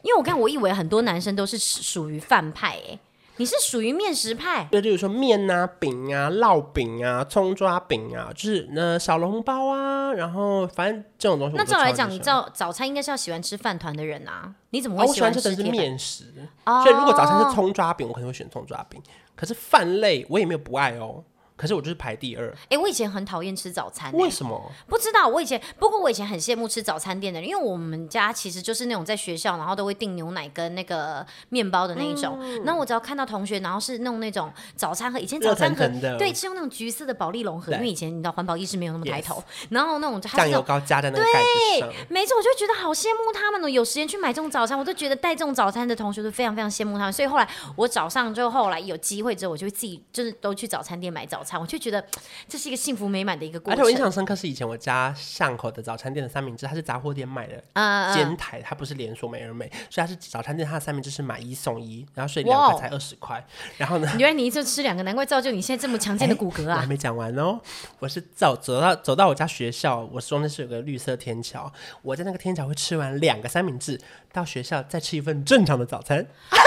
[SPEAKER 2] 因为我看我以为很多男生都是属于饭派哎、你是属于面食派，
[SPEAKER 1] 就例如说面啊、饼啊、烙饼啊、葱抓饼啊，就是呃小笼包啊，然后反正这种东西我
[SPEAKER 2] 那
[SPEAKER 1] 都超级喜
[SPEAKER 2] 照
[SPEAKER 1] 欢。
[SPEAKER 2] 来讲，你早早餐应该是要喜欢吃饭团的人啊，你怎么
[SPEAKER 1] 哦，
[SPEAKER 2] 会
[SPEAKER 1] 我喜欢吃
[SPEAKER 2] 吃
[SPEAKER 1] 的是
[SPEAKER 2] 铁板
[SPEAKER 1] 面食，
[SPEAKER 2] 哦
[SPEAKER 1] 所以如果早餐是葱抓饼，我可能会选葱抓饼。可是饭类我也没有不爱哦，可是我就是排第二，
[SPEAKER 2] 哎、我以前很讨厌吃早餐、欸，
[SPEAKER 1] 为什么？
[SPEAKER 2] 不知道，我以前不过我以前很羡慕吃早餐店的人，因为我们家其实就是那种在学校，然后都会订牛奶跟那个面包的那一种。
[SPEAKER 1] 嗯
[SPEAKER 2] 然后我只要看到同学，然后是弄那种早餐盒，以前早餐盒
[SPEAKER 1] 热腾腾的
[SPEAKER 2] 对是用那种橘色的保丽龙盒，
[SPEAKER 1] 对
[SPEAKER 2] 因为以前你知道环保意识没有那么
[SPEAKER 1] Yes
[SPEAKER 2] 抬头然后那种它
[SPEAKER 1] 酱
[SPEAKER 2] 是
[SPEAKER 1] 油
[SPEAKER 2] 那种。
[SPEAKER 1] 膏加在那个盖子上。
[SPEAKER 2] 每次我就觉得好羡慕他们哦，有时间去买这种早餐，我都觉得带这种早餐的同学都非常非常羡慕他们。所以后来我早上就后来有机会之后，我就会自己就是都去早餐店买早餐，我就觉得嘖嗯这是一个幸福美满的一个过
[SPEAKER 1] 而
[SPEAKER 2] 程。
[SPEAKER 1] 且我印象深刻是以前我家巷口的早餐店的三明治，它是杂货店卖的，
[SPEAKER 2] 嗯嗯
[SPEAKER 1] 煎台它不是连锁美而美，所以它是早餐店它的三明治是买一送一，然后所以两
[SPEAKER 2] 哇哦
[SPEAKER 1] 个才二十块。然后呢，
[SPEAKER 2] 原来你一次吃两个，难怪造就你现在这么强健的骨骼
[SPEAKER 1] 哎我还
[SPEAKER 2] 啊！
[SPEAKER 1] 没讲完哦，我是走走到走到我家学校，我中间是有个绿色天桥，我在那个天桥会吃完两个三明治，到学校再吃一份正常的早餐。
[SPEAKER 2] 好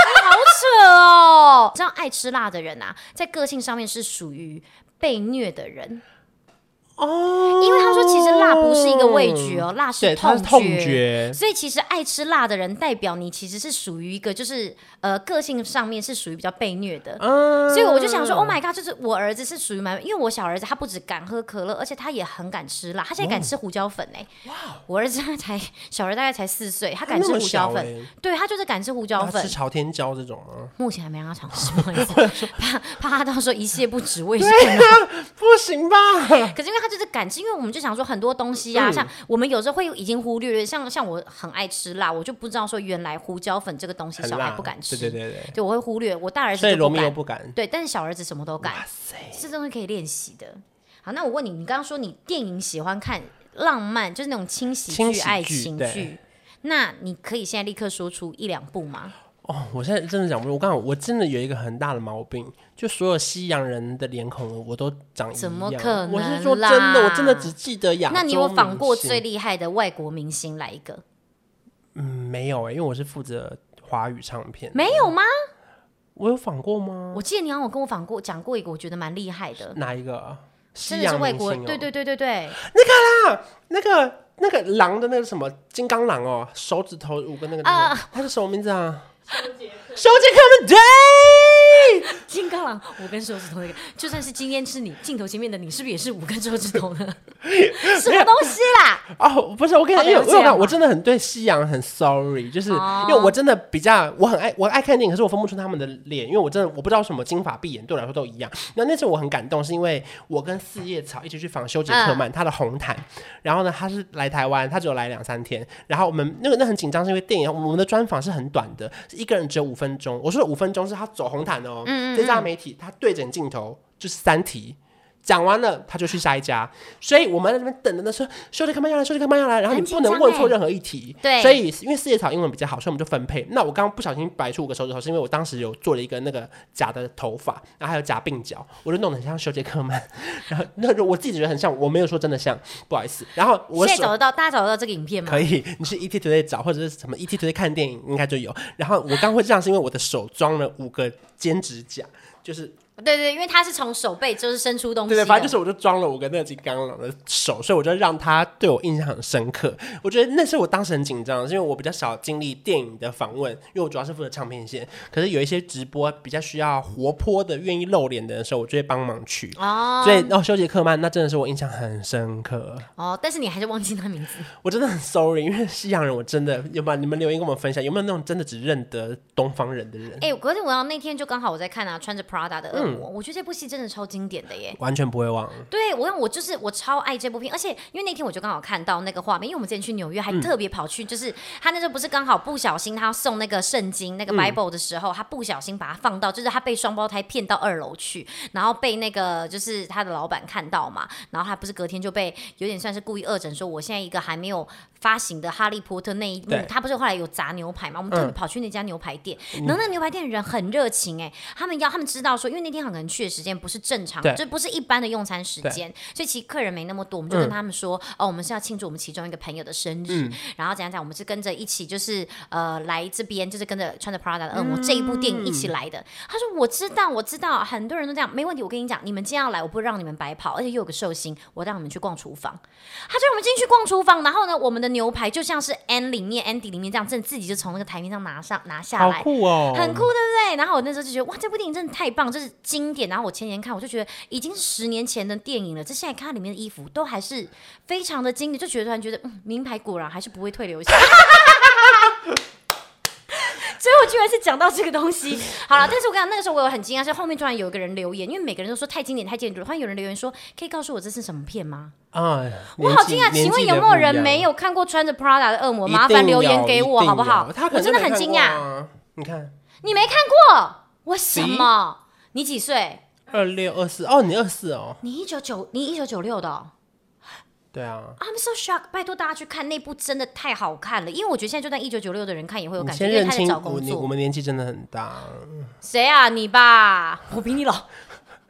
[SPEAKER 2] 扯哦！这样爱吃辣的人啊，在个性上面是属于被虐的人，
[SPEAKER 1] 哦，
[SPEAKER 2] 因为他说其实辣不是一个味觉哦，辣
[SPEAKER 1] 对，
[SPEAKER 2] 是
[SPEAKER 1] 它
[SPEAKER 2] 痛
[SPEAKER 1] 是痛觉，
[SPEAKER 2] 所以其实爱吃辣的人，代表你其实是属于一个就是呃个性上面是属于比较被虐的。 *laughs* 所以我就
[SPEAKER 1] 嗯
[SPEAKER 2] 想说，Oh
[SPEAKER 1] 啊
[SPEAKER 2] my god，就是我儿子是属于蛮，因为我小儿子他不止敢喝可乐，而且他也很敢吃辣，他现在
[SPEAKER 1] 哦
[SPEAKER 2] 敢吃胡椒粉哎、我儿子他才小儿大概才四岁，他
[SPEAKER 1] 他
[SPEAKER 2] 敢
[SPEAKER 1] 那
[SPEAKER 2] 吃
[SPEAKER 1] 么
[SPEAKER 2] 胡椒
[SPEAKER 1] 小
[SPEAKER 2] 粉，
[SPEAKER 1] 欸
[SPEAKER 2] 对他就是敢吃胡椒
[SPEAKER 1] 它
[SPEAKER 2] 粉
[SPEAKER 1] 吃。朝天椒这种吗？ *laughs*
[SPEAKER 2] 目前还没让他尝试，不好意思怕怕他到时候一泻不止，我也是不
[SPEAKER 1] 啊
[SPEAKER 2] 能
[SPEAKER 1] 不行
[SPEAKER 2] *laughs*
[SPEAKER 1] 吧？
[SPEAKER 2] 可是因为他就是感知，因为我们就想说很多东西
[SPEAKER 1] 嗯
[SPEAKER 2] 啊，像我们有时候会已经忽略了，像像我很爱吃辣，我就不知道说原来胡椒粉这个东西
[SPEAKER 1] 很
[SPEAKER 2] 小
[SPEAKER 1] 辣，
[SPEAKER 2] 孩不敢吃，
[SPEAKER 1] 对对对对，
[SPEAKER 2] 对我会忽略，我大儿子
[SPEAKER 1] 所以
[SPEAKER 2] 就
[SPEAKER 1] 罗
[SPEAKER 2] 不
[SPEAKER 1] 密欧
[SPEAKER 2] 敢，
[SPEAKER 1] 不敢。
[SPEAKER 2] 对，但是小儿子什么都敢，这东西可以练习的。好，那我问你，你刚刚说你电影喜欢看浪漫，就是那种轻喜
[SPEAKER 1] 轻
[SPEAKER 2] 剧、
[SPEAKER 1] 喜
[SPEAKER 2] 爱
[SPEAKER 1] 剧
[SPEAKER 2] 情
[SPEAKER 1] 对
[SPEAKER 2] 剧，那你可以现在立刻说出一两部吗？
[SPEAKER 1] 哦，我现在真的讲不出。我刚好我真的有一个很大的毛病，就所有西洋人的脸孔我都长一样。
[SPEAKER 2] 怎么可
[SPEAKER 1] 我是
[SPEAKER 2] 能
[SPEAKER 1] 说真的，
[SPEAKER 2] 啦
[SPEAKER 1] 我真的只记得亚洲。
[SPEAKER 2] 那你有没有访过最？厉害的外国明星来一个？
[SPEAKER 1] 嗯，没有哎、因为我是负责华语唱片。
[SPEAKER 2] 没有吗？
[SPEAKER 1] 我有访过吗？
[SPEAKER 2] 我记得你好像有跟我访过讲过一个，我觉得蛮厉害的。
[SPEAKER 1] 哪一个啊？西
[SPEAKER 2] 真的
[SPEAKER 1] 洋
[SPEAKER 2] 是外
[SPEAKER 1] 明星
[SPEAKER 2] 国
[SPEAKER 1] 哦、
[SPEAKER 2] 人，对对对对对，
[SPEAKER 1] 那个那个狼的那个什么金刚狼哦，手指头五个那个
[SPEAKER 2] 啊
[SPEAKER 1] 那个，他是什么名字
[SPEAKER 2] *laughs*
[SPEAKER 1] 啊？修杰克们对，
[SPEAKER 2] 金刚狼五根手指头那个，就算是今天是你镜头前面的你，是不是也是五根手指头
[SPEAKER 1] *laughs*
[SPEAKER 2] 呢？什么东西啦？
[SPEAKER 1] 哦，不是，我跟你
[SPEAKER 2] 好
[SPEAKER 1] 讲，因为
[SPEAKER 2] 了解
[SPEAKER 1] 我有看
[SPEAKER 2] 嘛
[SPEAKER 1] 我真的很对西洋很 sorry，就是
[SPEAKER 2] 哦
[SPEAKER 1] 因为我真的比较，我很爱我爱看电影，可是我分不出他们的脸，因为我真的我不知道什么金发碧眼，对我来说都一样。那那次我很感动，是因为我跟四叶草一起去访修杰
[SPEAKER 2] 嗯
[SPEAKER 1] 克曼、他的红毯，然后呢，他是来台湾，他只有来两三天，然后我们那个那很紧张，是因为电影我们的专访是很短的，是一个人只有五分钟。我说的五分钟是他走红毯哦，这家媒体他对准镜头就是三题。讲完了，他就去下一家，嗯所以我们在那边等着呢，说修杰克曼要来，修杰克曼要来，然后你
[SPEAKER 2] 很紧
[SPEAKER 1] 不能
[SPEAKER 2] 张
[SPEAKER 1] 问
[SPEAKER 2] 欸
[SPEAKER 1] 错任何一题。
[SPEAKER 2] 对
[SPEAKER 1] 所以因为四叶草英文比较好，所以我们就分配。那我刚刚不小心摆出五个手指头，是因为我当时有做了一个那个假的头发，然后还有假鬓角，我就弄得很像修杰克曼，然后那个我自己觉得很像，我没有说真的像，不好意思。然后我
[SPEAKER 2] 现在
[SPEAKER 1] 手
[SPEAKER 2] 找得到，大家找得到这个影片吗
[SPEAKER 1] 可？以，你去 ET Today 找，或者是什么 ET Today 看电影应该就有。然后我刚会这样，是因为我的手装了五个尖指甲，就是
[SPEAKER 2] 对对，因为它是从手背就是伸出东西啊
[SPEAKER 1] 对
[SPEAKER 2] 的，
[SPEAKER 1] 对，反正就是我就装了五个那个金刚狼的手，所以我就让他对我印象很深刻。我觉得那是我当时很紧张，是因为我比较少经历电影的访问，因为我主要是负责唱片线。可是有一些直播比较需要活泼的、愿意露脸的时候，我就会帮忙去。
[SPEAKER 2] 哦
[SPEAKER 1] 所以，哦，修杰克曼那真的是我印象很深刻。
[SPEAKER 2] 哦，但是你还是忘记他名字。
[SPEAKER 1] 我真的很 sorry，因为西洋人我真的有把你们留言跟我们分享，有没有那种真的只认得东方人的人？
[SPEAKER 2] 哎，可是我要那天就刚好我在看啊，穿着 Prada 的恶魔，我觉得这部戏真的超经典的耶。
[SPEAKER 1] 完全不会忘，
[SPEAKER 2] 对，我让我就是我超爱这部片，而且因为那天我就刚好看到那个画面，因为我们之前去纽约还特别跑去，就是他那时候不是刚好不小心他要送那个圣经那个 Bible 的时候，他不小心把它放到，就是他被双胞胎骗到二楼去，然后被那个就是他的老板看到嘛，然后他不是隔天就被有点算是故意恶整说，我现在一个还没有发行的哈利波特那一幕
[SPEAKER 1] 对，
[SPEAKER 2] 他不是后来有砸牛排嘛，我们特别
[SPEAKER 1] 嗯
[SPEAKER 2] 跑去那家牛排店，然后那个牛排店人很热情哎、他们要他们知道说，因为那天可能去的时间不是正常，
[SPEAKER 1] 对
[SPEAKER 2] 就不是一般的用餐时间，所以其实客人没那么多，我们
[SPEAKER 1] 嗯
[SPEAKER 2] 就跟他们说，哦，我们是要庆祝我们其中一个朋友的生日，然后怎样讲，我们是跟着一起，就是呃来这边，就是跟着穿着
[SPEAKER 1] 嗯
[SPEAKER 2] Prada 的恶魔、这一部电影一起来的。他说我知道，我知道，很多人都这样，没问题。我跟你讲，你们今天要来，我不让你们白跑，而且又有个寿星，我让你们去逛厨房。他就让我们进去逛厨房，然后呢，我们的牛排就像是 N 里面 Andy 里面这样，正自己就从那个台面上拿上拿下
[SPEAKER 1] 好
[SPEAKER 2] 来，
[SPEAKER 1] 酷哦，
[SPEAKER 2] 很酷，对不对？然后我那时候就觉得，哇，这部电影真的太棒，这是经典。然后我前年看，我就觉得已经是十年前的电影了，这现在看它里面的衣服都还是非常的经典，就觉得突然觉得，嗯，名牌果然还是不会退流 *laughs* 行。所以我居然是讲到这个东西。好了，但是我跟你讲，那个时候我有很惊讶，是后面突然有一个人留言，因为每个人都说太经典太经典，突然有人留言说，可以告诉我这是什么片吗？
[SPEAKER 1] 啊！
[SPEAKER 2] 我好惊讶，请问有没有人没有看过穿着 Prada 的恶魔？麻烦留言给我好不好？
[SPEAKER 1] 他可能
[SPEAKER 2] 我真的很惊讶。
[SPEAKER 1] 讶。你看，
[SPEAKER 2] 你没看过？为什么？你几岁？
[SPEAKER 1] 二六二四哦，你二四哦，
[SPEAKER 2] 你一九九，你一九九六的、哦。
[SPEAKER 1] 对啊。
[SPEAKER 2] I'm so shocked！拜托大家去看那部，真的太好看了。因为我觉得现在就算一九九六的人看也会有
[SPEAKER 1] 你
[SPEAKER 2] 感觉，
[SPEAKER 1] 先
[SPEAKER 2] 因为
[SPEAKER 1] 认
[SPEAKER 2] 他在
[SPEAKER 1] 清
[SPEAKER 2] 找
[SPEAKER 1] 我
[SPEAKER 2] 工
[SPEAKER 1] 你我
[SPEAKER 2] 作。
[SPEAKER 1] 们年纪真的很大，
[SPEAKER 2] 谁啊？你吧，我比你老。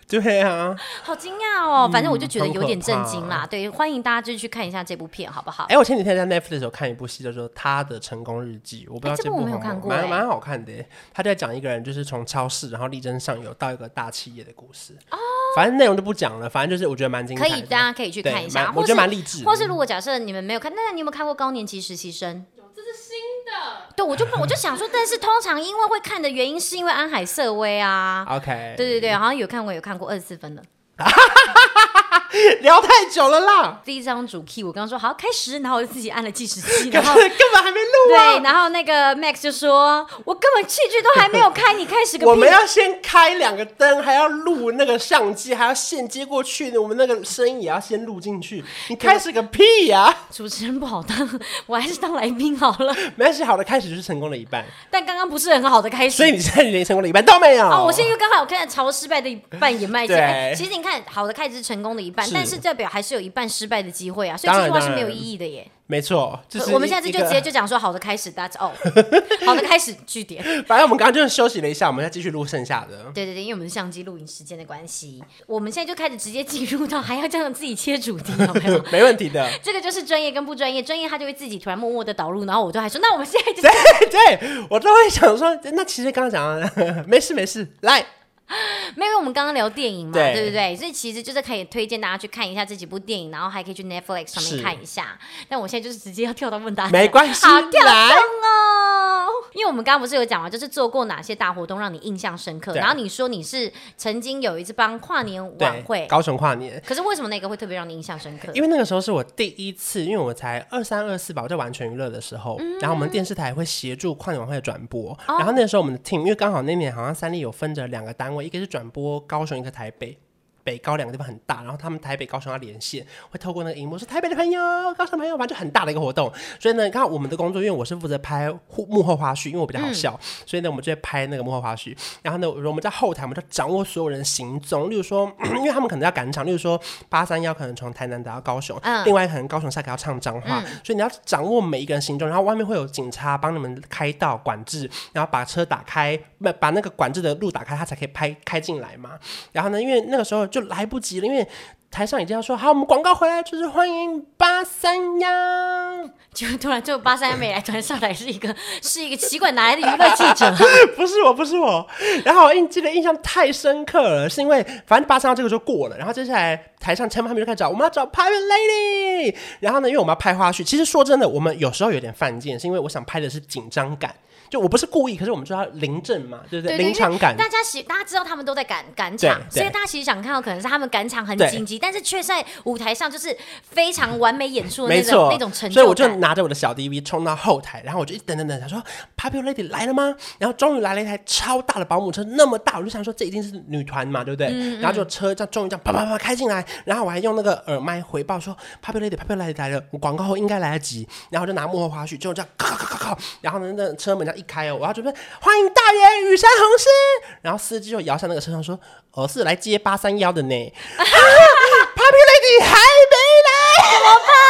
[SPEAKER 1] 对啊，
[SPEAKER 2] 好惊讶哦！反正我就觉得有点震惊
[SPEAKER 1] 嗯很可
[SPEAKER 2] 啦。对，欢迎大家就是去看一下这部片，好不好？
[SPEAKER 1] 哎，我前几天在 Netflix 有看一部戏，叫做《他的成功日记》，我不知道
[SPEAKER 2] 哎这部
[SPEAKER 1] 部
[SPEAKER 2] 我没有
[SPEAKER 1] 好
[SPEAKER 2] 看过哎
[SPEAKER 1] 蛮蛮好看的耶。他在讲一个人就是从超市，然后力争上游到一个大企业的故事。哦，反正内容就不讲了，反正就是我觉得蛮精
[SPEAKER 2] 可
[SPEAKER 1] 彩的。
[SPEAKER 2] 以，大家可以去看一
[SPEAKER 1] 对
[SPEAKER 2] 下，
[SPEAKER 1] 蛮
[SPEAKER 2] 或
[SPEAKER 1] 我
[SPEAKER 2] 是
[SPEAKER 1] 觉得蛮励志的
[SPEAKER 2] 或是如果假设你们没有看，那你有没有看过《高年级实习生》？有，这是新的。对，我就不我就想说，但是通常因为会看的原因，是因为安海瑟薇啊。
[SPEAKER 1] OK， *laughs*
[SPEAKER 2] 对对对，好像有看过，有看过二十四分的
[SPEAKER 1] 聊太久了啦，
[SPEAKER 2] 第一张主 key，我刚刚说好开始，然后我就自己按了计
[SPEAKER 1] *laughs*
[SPEAKER 2] 时器，
[SPEAKER 1] 根
[SPEAKER 2] 然后
[SPEAKER 1] 本根本还没录啊。
[SPEAKER 2] 对，然后那个 Max 就说：“我根本器具都还没有开，你开始个屁！”
[SPEAKER 1] 我们要先开两个灯，还要录那个相机，还要线接过去，我们那个声音也要先录进去。你开始个屁呀、
[SPEAKER 2] 主持人不好当， *laughs* 我还是当来宾好了。
[SPEAKER 1] 没关系，好的开始就是成功的一半，
[SPEAKER 2] 但刚刚不是很好的开始，
[SPEAKER 1] 所以你现在连成功的一半都没有。
[SPEAKER 2] 哦，我是因为刚好看朝失败的一半也迈进。
[SPEAKER 1] 对
[SPEAKER 2] 哎其实你看，好的开始是成功的一半，
[SPEAKER 1] 是
[SPEAKER 2] 但是代表还是有一半失败的机会啊，所以
[SPEAKER 1] 当
[SPEAKER 2] 这
[SPEAKER 1] 然
[SPEAKER 2] 句话是
[SPEAKER 1] 当
[SPEAKER 2] 没有
[SPEAKER 1] 然
[SPEAKER 2] 意义的耶。
[SPEAKER 1] 没错，就是
[SPEAKER 2] 我们下次
[SPEAKER 1] 一
[SPEAKER 2] 就
[SPEAKER 1] 个
[SPEAKER 2] 直接就讲说好的开始，That's all，好的开始句点。
[SPEAKER 1] 反正我们刚刚就是休息了一下，我们再继续录剩下的。？
[SPEAKER 2] 对对对，因为我们相机录影时间的关系，我们现在就开始直接进入到还要这样自己切主题，有没有
[SPEAKER 1] *laughs* 没问题的。
[SPEAKER 2] 这个就是专业跟不专业，专业他就会自己突然默默的导入，然后我都还说，那我们现在就
[SPEAKER 1] 对 *laughs* 对，我都会想说，那其实刚刚讲的 *laughs* 没事没事，来，
[SPEAKER 2] 没有，因为我们刚刚聊电影嘛，
[SPEAKER 1] 对
[SPEAKER 2] 对不对？所以其实就是可以推荐大家去看一下这几部电影，然后还可以去 Netflix 上
[SPEAKER 1] 是
[SPEAKER 2] 面看一下。但我现在就是直接要跳到问答，
[SPEAKER 1] 没关系
[SPEAKER 2] 啊好跳
[SPEAKER 1] 来
[SPEAKER 2] 动哦。因为我们刚刚不是有讲嘛，就是做过哪些大活动让你印象深刻？
[SPEAKER 1] 对
[SPEAKER 2] 然后你说你是曾经有一次帮跨年晚
[SPEAKER 1] 对，
[SPEAKER 2] 会，
[SPEAKER 1] 高雄跨年。
[SPEAKER 2] 可是为什么那个会特别让你印象深刻？
[SPEAKER 1] 因为那个时候是我第一次，因为我才二三二四吧，我在完全娱乐的时候，然后我们电视台会协助跨年晚会的转播，然后那时候我们的 team，因为刚好那年好像三立有分着两个单位，一个是转播高雄，一个台北。北高两个地方很大，然后他们台北、高雄要啊连线，会透过那个荧幕说台北的朋友、高雄的朋友，反正就很大的一个活动。所以呢，刚好我们的工作，因为我是负责拍幕幕后花絮，因为我比较好笑，所以呢，我们就会拍那个幕后花絮。然后呢，我们在后台，我们就掌握所有人行踪，例如说， *clears throat* 因为他们可能要赶场，例如说八三幺可能从台南打到高雄，
[SPEAKER 2] 嗯
[SPEAKER 1] 另外可能高雄下个要唱彰化，所以你要掌握每一个人行踪，然后外面会有警察帮你们开道管制，然后把车打开，不把那个管制的路打开，他才可以拍开进来嘛。然后呢，因为那个时候就来不及了，因为。台上已经要说好，我们广告回来就是欢迎八三幺，
[SPEAKER 2] 就突然就八三美来，突然上来是一个是一个奇怪哪来的娱乐记
[SPEAKER 1] *laughs*
[SPEAKER 2] 者？
[SPEAKER 1] 不是我，不是我。然后我印记得印象太深刻了，是因为反正八三幺这个就过了，然后接下来台上前面他们就开始找我们要找 Private Lady，然后呢，因为我们要拍花絮，其实说真的，我们有时候有点犯贱，是因为我想拍的是紧张感，就我不是故意，可是我们就要临阵嘛，对不对？
[SPEAKER 2] 对
[SPEAKER 1] 临场感
[SPEAKER 2] 因为。大家其大家知道他们都在赶赶场，
[SPEAKER 1] 对对
[SPEAKER 2] 所以大家其实想看到可能是他们赶场很
[SPEAKER 1] 对
[SPEAKER 2] 紧急，但是却在舞台上就是非常完美演出的
[SPEAKER 1] 没
[SPEAKER 2] 那种
[SPEAKER 1] 错，
[SPEAKER 2] 那种成就感。
[SPEAKER 1] 所以我就拿着我的小 DV 冲到后台，然后我就一直等等等，想说 Papi Lady 来了吗？然后终于来了一台超大的保姆车，那么大，我就想说这一定是女团嘛，对不对？
[SPEAKER 2] 嗯
[SPEAKER 1] 然后就车这样终于这样啪啪啪开进来，然后我还用那个耳麦回报说 Papi Lady Papi Lady 来了，我广告后应该来得及，然后就拿幕后花絮，就这样咔咔咔咔咔，然后呢那车门这样一开哦，我要准备欢迎大爷雨山红师，然后司机就摇下那个车窗说，我、是来接八三幺的呢、 *laughs* 啊、，Papi Lady 还没来。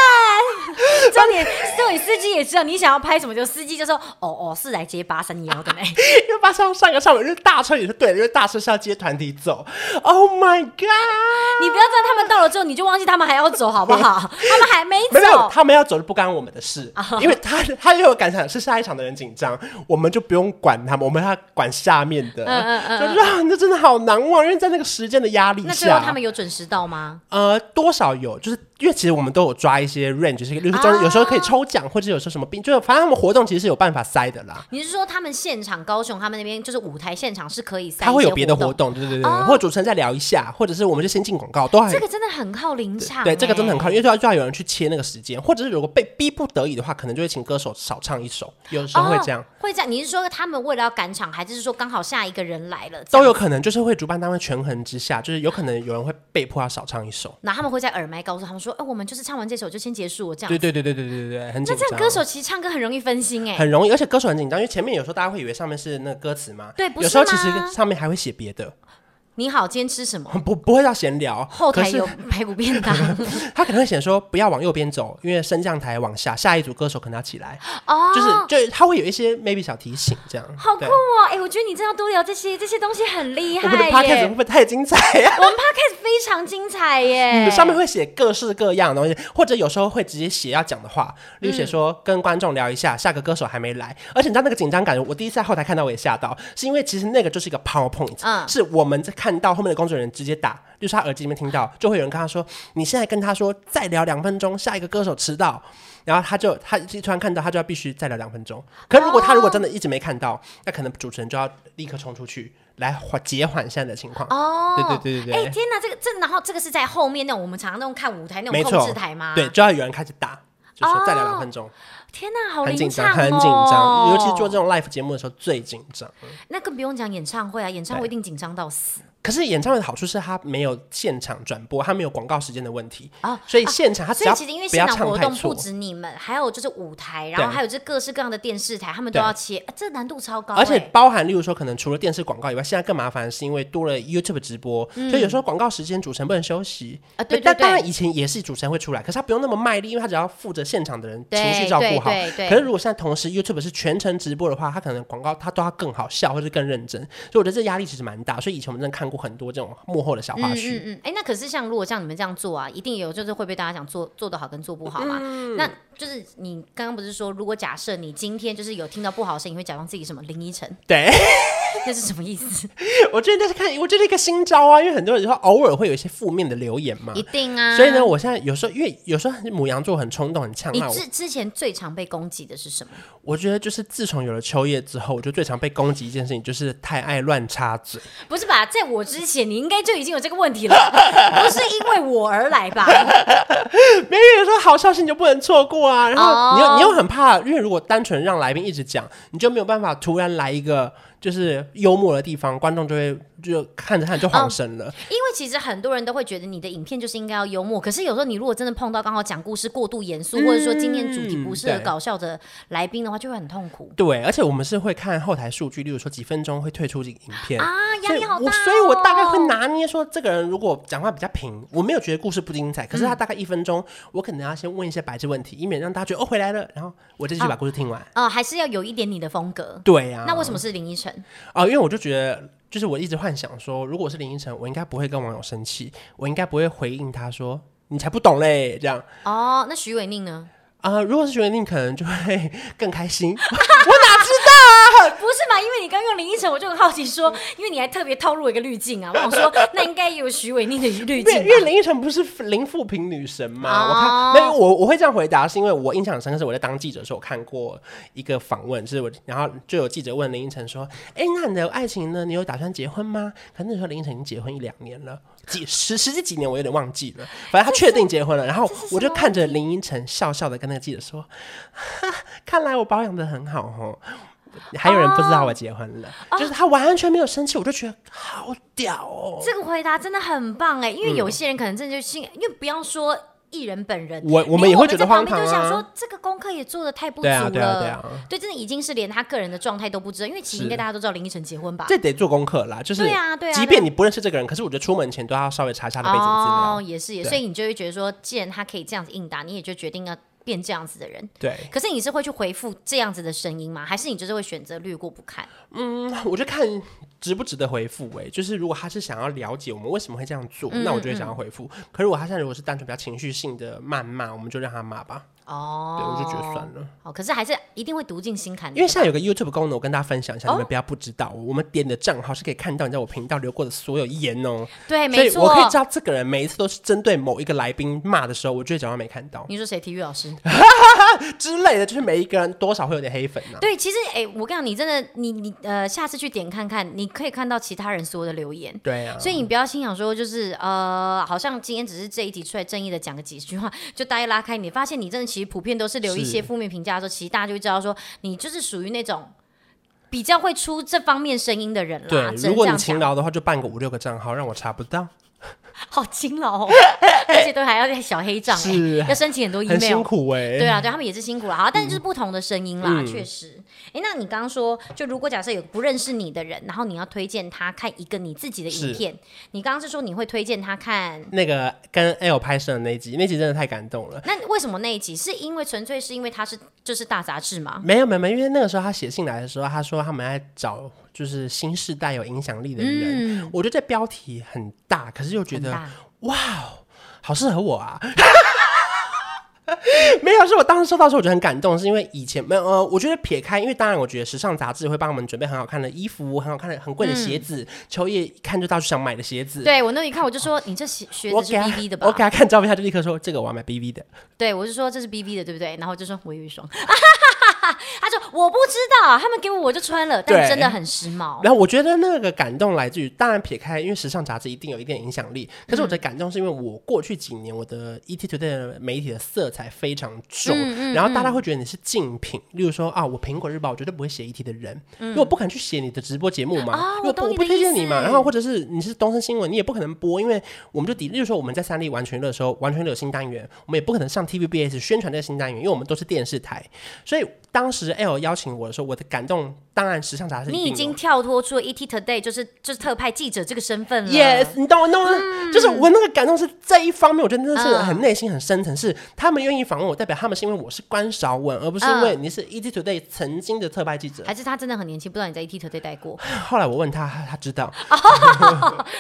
[SPEAKER 2] *laughs* 重点，重点司机也知道你想要拍什么，就司机就说哦哦是来接八三幺的呢。 *laughs*
[SPEAKER 1] 因为巴上上个上面，因为大车也是对的，因为大车是要接团体走。Oh my god！
[SPEAKER 2] 你不要在他们到了之后你就忘记他们还要走好不
[SPEAKER 1] *laughs*
[SPEAKER 2] 好？他们还没
[SPEAKER 1] 没有没有，
[SPEAKER 2] 走。
[SPEAKER 1] 他们要走就不干我们的事，
[SPEAKER 2] 啊
[SPEAKER 1] 因为他他又有赶场，是下一场的人紧张，我们就不用管他们，我们要管下面的。
[SPEAKER 2] 嗯嗯
[SPEAKER 1] 就是啊，那真的好难忘，因为在那个时间的压力
[SPEAKER 2] 那最后
[SPEAKER 1] 下，
[SPEAKER 2] 他们有准时到吗？
[SPEAKER 1] 呃多少有，就是因为其实我们都有抓一些 range，就是例如说
[SPEAKER 2] 啊
[SPEAKER 1] 有时候可以抽奖，或者有时候什么病，就是反正他们活动其实是有办法塞的啦。
[SPEAKER 2] 你是说他们现场高雄他们那边就是舞台现场是可以塞一些
[SPEAKER 1] 他会有别的活
[SPEAKER 2] 动？哦
[SPEAKER 1] 动，对对对对，或者主持人再聊一下，或者是我们就先进广告，都还
[SPEAKER 2] 这个真的很靠临场、
[SPEAKER 1] 对，这个真的很
[SPEAKER 2] 哎
[SPEAKER 1] 靠，因为就要就要有人去切那个时间，或者是如果被逼不得已的话，可能就会请歌手少唱一首，有时候会这样，
[SPEAKER 2] 哦、会这样。你是说他们为了要赶场，还是说刚好下一个人来了，
[SPEAKER 1] 都有
[SPEAKER 2] 这样？
[SPEAKER 1] 可能就是会主办单位权衡之下，就是有可能有人会被迫要少唱一首。
[SPEAKER 2] 然后他们会在耳麦告诉他们说：“哎、我们就是唱完这首就先结束，这样。
[SPEAKER 1] 对”对对对对对对对，很紧
[SPEAKER 2] 那这
[SPEAKER 1] 张。
[SPEAKER 2] 样歌手其实唱歌很容易分心哎、
[SPEAKER 1] 很容易，而且歌手很紧张，因为前面有时候大家会以为上面是那个歌词嘛，
[SPEAKER 2] 对不是
[SPEAKER 1] 有时候其实
[SPEAKER 2] 吗
[SPEAKER 1] 上面还会写别的，
[SPEAKER 2] 你好，今天吃什么？
[SPEAKER 1] 不不会到闲聊，
[SPEAKER 2] 后台
[SPEAKER 1] 可是
[SPEAKER 2] 有 *laughs* 排骨
[SPEAKER 1] *laughs*
[SPEAKER 2] 便当
[SPEAKER 1] 他可能会写说不要往右边走，因为升降台往下，下一组歌手可能要起来，
[SPEAKER 2] 哦，
[SPEAKER 1] 就是就是他会有一些 maybe 小提醒这样。
[SPEAKER 2] 好酷
[SPEAKER 1] 对
[SPEAKER 2] 哦！哎、我觉得你真的要多聊这些，这些东西很厉害
[SPEAKER 1] 我们的 podcast 会
[SPEAKER 2] 耶
[SPEAKER 1] 不。会太精彩
[SPEAKER 2] *laughs*
[SPEAKER 1] 呀、
[SPEAKER 2] 我们 podcast 非常精彩耶，
[SPEAKER 1] 上面会写各式各样的东西，或者有时候会直接写要讲的话，例如写说跟观众聊一下，下个歌手还没来，
[SPEAKER 2] 嗯
[SPEAKER 1] 而且你知道那个紧张感，我第一次在后台看到我也吓到，是因为其实那个就是一个 PowerPoint，、
[SPEAKER 2] 嗯
[SPEAKER 1] 是我们在看到后面的工作人员直接打，就是他耳机里面听到，就会有人跟他说，你现在跟他说再聊两分钟，下一个歌手迟到。然后他就他突然看到，他就要必须再聊两分钟。可是如果他如果真的一直没看到，那可能主持人就要立刻冲出去来缓解缓现在的情况。
[SPEAKER 2] 哦。
[SPEAKER 1] 对对对对对
[SPEAKER 2] 哎、天哪，这个这，然后这个是在后面那种我们常常那种看舞台那
[SPEAKER 1] 没
[SPEAKER 2] 种
[SPEAKER 1] 错，
[SPEAKER 2] 控制台吗？
[SPEAKER 1] 对，，就要有人开始打，就说再聊
[SPEAKER 2] 哦
[SPEAKER 1] 两分钟，
[SPEAKER 2] 天哪，好
[SPEAKER 1] 很
[SPEAKER 2] 临
[SPEAKER 1] 紧
[SPEAKER 2] 场哦
[SPEAKER 1] 张，，很紧张，尤其是做这种 live 节目的时候最紧张。
[SPEAKER 2] 那更不用讲演唱会啊，演唱会一定紧张到死。
[SPEAKER 1] 可是演唱会的好处是它没有现场转播，它没有广告时间的问题
[SPEAKER 2] 哦
[SPEAKER 1] 所以现场它只
[SPEAKER 2] 所以
[SPEAKER 1] 要
[SPEAKER 2] 其实因为
[SPEAKER 1] 不要
[SPEAKER 2] 现场
[SPEAKER 1] 唱
[SPEAKER 2] 活
[SPEAKER 1] 太
[SPEAKER 2] 动不
[SPEAKER 1] 错，
[SPEAKER 2] 止你们，还有就是舞台，然后
[SPEAKER 1] 对
[SPEAKER 2] 还有就是各式各样的电视台，他们都
[SPEAKER 1] 对
[SPEAKER 2] 要切，啊这难度超高、
[SPEAKER 1] 而且
[SPEAKER 2] 哎
[SPEAKER 1] 包含例如说可能除了电视广告以外，现在更麻烦是因为多了 YouTube 直播，所以有时候广告时间主持人不能休息
[SPEAKER 2] 嗯啊对对
[SPEAKER 1] 但
[SPEAKER 2] 对
[SPEAKER 1] 当然以前也是主持人会出来，可是他不用那么卖力，因为他只要负责现场的人
[SPEAKER 2] 对
[SPEAKER 1] 情绪照顾
[SPEAKER 2] 对
[SPEAKER 1] 好
[SPEAKER 2] 对。对
[SPEAKER 1] 可是如果现在同时 YouTube 是全程直播的话，他可能广告他都要更好笑或者更认真，所以我觉得这压力其实蛮大。所以以前我们真的看过很多这种幕后的小花
[SPEAKER 2] 嗯
[SPEAKER 1] 絮。
[SPEAKER 2] 嗯嗯，哎、那可是像如果像你们这样做啊，一定有就是会被大家讲做做得好跟做不好嘛。
[SPEAKER 1] 嗯
[SPEAKER 2] 那就是你刚刚不是说，如果假设你今天就是有听到不好的声音，你会假装自己什么林依晨，
[SPEAKER 1] 对，
[SPEAKER 2] 那是什么
[SPEAKER 1] *laughs*
[SPEAKER 2] 意思？
[SPEAKER 1] 我觉得那是看，我觉得一个新招啊，因为很多人说偶尔会有一些负面的留言嘛
[SPEAKER 2] 一。定啊。
[SPEAKER 1] 所以呢，，我现在有时候，因为有时候母羊座很冲动、很呛啊
[SPEAKER 2] 你
[SPEAKER 1] 辣，我
[SPEAKER 2] 之之前最常被攻击的是什么？
[SPEAKER 1] 我觉得就是自从有了秋叶之后，我就最常被攻击一件事情，就是太爱乱插
[SPEAKER 2] *laughs*
[SPEAKER 1] 嘴。
[SPEAKER 2] 不是吧？在我之前，你应该就已经有这个问题了，不是因为我而来吧？ *laughs*
[SPEAKER 1] 没有有时候好消息你就不能错过啊，然后你又、
[SPEAKER 2] 哦
[SPEAKER 1] 你又很怕，因为如果单纯让来宾一直讲，你就没有办法突然来一个就是幽默的地方，观众就会就看着看着就
[SPEAKER 2] 哦
[SPEAKER 1] 晃神了。
[SPEAKER 2] 因为其实很多人都会觉得你的影片就是应该要幽默，可是有时候你如果真的碰到刚好讲故事过度严肃，或者说今天主题不适合
[SPEAKER 1] 嗯对
[SPEAKER 2] 搞笑的来宾的话，就会很痛苦
[SPEAKER 1] 对，而且我们是会看后台数据，例如说几分钟会退出影片。
[SPEAKER 2] 啊，压力好大、
[SPEAKER 1] 我
[SPEAKER 2] 哦
[SPEAKER 1] 所以，我大概会拿捏说，这个人如果讲话比较平，我没有觉得故事不精彩，可
[SPEAKER 2] 嗯
[SPEAKER 1] 是他大概一分钟，我可能要先问一些白痴问题，以免让大家觉得哦回来了，然后我再去把故事听完。
[SPEAKER 2] 呃，还是要有一点你的风格。
[SPEAKER 1] 对呀、
[SPEAKER 2] 那为什么是林依晨？
[SPEAKER 1] 啊、因为我就觉得，就是我一直幻想说，如果我是林依晨，我应该不会跟网友生气，我应该不会回应他说你才不懂嘞这样
[SPEAKER 2] 哦，那徐伟宁呢？
[SPEAKER 1] 啊、如果是徐文宁，可能就会 *laughs* 更开心。
[SPEAKER 2] 不是吧？因为你刚用林依晨，我就很好奇
[SPEAKER 1] 嗯
[SPEAKER 2] 说，因为你还特别套入一个滤镜啊，我想
[SPEAKER 1] *laughs*
[SPEAKER 2] 说那应该也有徐伟宁的滤
[SPEAKER 1] 因为
[SPEAKER 2] 镜
[SPEAKER 1] 因为
[SPEAKER 2] 吧。
[SPEAKER 1] 林依晨不是零富平女神嘛？
[SPEAKER 2] 哦
[SPEAKER 1] 我看，那我我会这样回答，是因为我印象很深刻，是我在当记者的时候，我看过一个访问，是我，然后就有记者问林依晨说：“哎，那你的爱情呢？你有打算结婚吗？”可是那时候林依晨已经结婚一两年了，几十十几几年，我有点忘记了。反正她确定结婚了，然后我就看着林依晨笑笑的跟那个记者说：“哈，看来我保养的很好哦。”还有人不知道我结婚了，
[SPEAKER 2] 啊
[SPEAKER 1] 就是他完全没有生气，我就觉得好屌哦。
[SPEAKER 2] 这个回答真的很棒哎，因为
[SPEAKER 1] 嗯
[SPEAKER 2] 有些人可能真的就心，因为不要说艺人本人，
[SPEAKER 1] 我我
[SPEAKER 2] 连
[SPEAKER 1] 们也会觉
[SPEAKER 2] 在
[SPEAKER 1] 得
[SPEAKER 2] 旁
[SPEAKER 1] 荒
[SPEAKER 2] 边
[SPEAKER 1] 唐
[SPEAKER 2] 就想
[SPEAKER 1] 啊
[SPEAKER 2] 说。，这个功课也做的太不足
[SPEAKER 1] 对
[SPEAKER 2] 了，
[SPEAKER 1] 啊对啊对啊
[SPEAKER 2] 对真的已经是连他个人的状态都不知道，因为其实应该大家都知道林依晨结婚吧？
[SPEAKER 1] 这得做功课啦，就是
[SPEAKER 2] 对啊对啊
[SPEAKER 1] 即
[SPEAKER 2] 对啊
[SPEAKER 1] 便你不认识这个人，可是我觉得出门前都要稍微查一下他的背景资料。
[SPEAKER 2] 哦，也是也
[SPEAKER 1] 对
[SPEAKER 2] 是，所以你就会觉得说，既然他可以这样子应答，你也就决定要变这样子的人。
[SPEAKER 1] 对， *laughs*
[SPEAKER 2] 可是你是会去回复这样子的声音吗？还是你就是会选择略过不看？
[SPEAKER 1] 嗯，我就看值不值得回复、欸。就是如果他是想要了解我们为什么会这样做，
[SPEAKER 2] 嗯
[SPEAKER 1] 那我就会想要回复。可是我他现在如果是单纯比较情绪性的谩骂，我们就让他骂吧。
[SPEAKER 2] 哦，
[SPEAKER 1] 对，我就觉得算了。
[SPEAKER 2] 哦，可是还是一定会读进心坎里的吧，
[SPEAKER 1] 因为现在有个 YouTube 功能，我跟大家分享一下，
[SPEAKER 2] 哦
[SPEAKER 1] 你们不要不知道，我们点你的账号是可以看到你在我频道留过的所有言哦、所
[SPEAKER 2] 对，哎没
[SPEAKER 1] 以
[SPEAKER 2] 错，
[SPEAKER 1] 我可以知道这个人每一次都是针对某一个来宾骂的时候，我就会假装没看到
[SPEAKER 2] 你说谁？体育
[SPEAKER 1] *laughs*
[SPEAKER 2] 老师？
[SPEAKER 1] 之类的，就是每一个人多少会有点黑粉啊呐、
[SPEAKER 2] 对，其实哎、我跟你讲，你真的，你你呃，下次去点看看，你可以看到其他人所有的留言。
[SPEAKER 1] 对啊，
[SPEAKER 2] 所以你不要心想说，就是呃，好像今天只是这一题出来正义的讲个几句话，就大家拉开你，发现你真的其实普遍都是留一些
[SPEAKER 1] 是
[SPEAKER 2] 负面评价的时候，其实大家就会知道说，你就是属于那种比较会出这方面声音的人啦。
[SPEAKER 1] 对，
[SPEAKER 2] 只能
[SPEAKER 1] 如果
[SPEAKER 2] 啊这
[SPEAKER 1] 你
[SPEAKER 2] 样
[SPEAKER 1] 勤
[SPEAKER 2] 讲，
[SPEAKER 1] 劳的话，就办个五六个账号，让我查不到。
[SPEAKER 2] 好勤劳哦。 *laughs* 而且都还要小黑账、
[SPEAKER 1] 是
[SPEAKER 2] 欸，要申请很多
[SPEAKER 1] 很
[SPEAKER 2] email，
[SPEAKER 1] 辛苦哎、嗯
[SPEAKER 2] 对啊，对他们也是辛苦了，好，但就是不同的声音啦，确、实。哎、那你刚刚说，就如果假设有不认识你的人，然后你要推荐他看一个你自己的影
[SPEAKER 1] 是
[SPEAKER 2] 片，你刚刚是说你会推荐他看，
[SPEAKER 1] 那个跟 L 拍摄的那一集，那集真的太感动了。
[SPEAKER 2] 那为什么那一集是因为纯粹是因为他是就是大杂志吗？
[SPEAKER 1] 没有没有，没有因为那个时候他写信来的时候，他说他们在找就是新时代有影响力的人。我觉得这标题很大，可是又觉
[SPEAKER 2] 嗯很
[SPEAKER 1] 得
[SPEAKER 2] 大，
[SPEAKER 1] 哇哦，好适合我啊！ *laughs* 没有，是我当时收到的时候我觉得很感动，是因为以前没有呃，我觉得撇开，因为当然我觉得时尚杂志会帮我们准备很好看的衣服、很好看的、很
[SPEAKER 2] 嗯
[SPEAKER 1] 贵的鞋子，秋叶一看就到处想买的鞋子。
[SPEAKER 2] 对我那一看我就说你这鞋靴
[SPEAKER 1] 我
[SPEAKER 2] 子是
[SPEAKER 1] 给他
[SPEAKER 2] BV 的吧？
[SPEAKER 1] 我给他看照片，他就立刻说这个我要买 BV 的。
[SPEAKER 2] 对，我就说这是 BB 的，对不对？然后就说 *laughs* 我有一双，他说我不知道，他们给我我就穿了，但
[SPEAKER 1] 对
[SPEAKER 2] 真的很时髦。
[SPEAKER 1] 然后我觉得那个感动来自于，当然撇开，因为时尚杂志一定有一定的影响力，可是我的感动是因为我过去几年我的 ET Today 的媒体的色彩非常
[SPEAKER 2] 嗯
[SPEAKER 1] 重，然后大家会觉得你是竞品，例如说啊，我苹果日报我绝对不会写 ET 的人，因为我不可能去写你的直播节目嘛，
[SPEAKER 2] 嗯啊
[SPEAKER 1] 因为
[SPEAKER 2] 我懂
[SPEAKER 1] 不
[SPEAKER 2] 你
[SPEAKER 1] 不
[SPEAKER 2] 的
[SPEAKER 1] 推
[SPEAKER 2] 意
[SPEAKER 1] 荐你
[SPEAKER 2] 思
[SPEAKER 1] 嘛，然后或者是你是东森新闻，你也不可能播，因为我们就抵，例如说我们在三立完全乐的时候，完全乐有新单元，我们也不可能上 TVBS 宣传这个新单元，因为我们都是电视台，所以当时 L 邀请我的时候，我的感动当然时尚杂志一
[SPEAKER 2] 你
[SPEAKER 1] 定
[SPEAKER 2] 已
[SPEAKER 1] 有
[SPEAKER 2] 经跳脱出了 ET Today 就是就是特派记者这个身份了。
[SPEAKER 1] Yes，你懂我懂我，就是我那个感动是这一方面，我觉得真的是
[SPEAKER 2] 嗯
[SPEAKER 1] 很内心很深层，是他们愿意访问我，代表他们是因为我是关少文，而不是因为你是 ET Today 曾经的特派记者。
[SPEAKER 2] 还是他真的很年轻，不知道你在 ET Today 待过。 *laughs*
[SPEAKER 1] 后来我问他，他他知道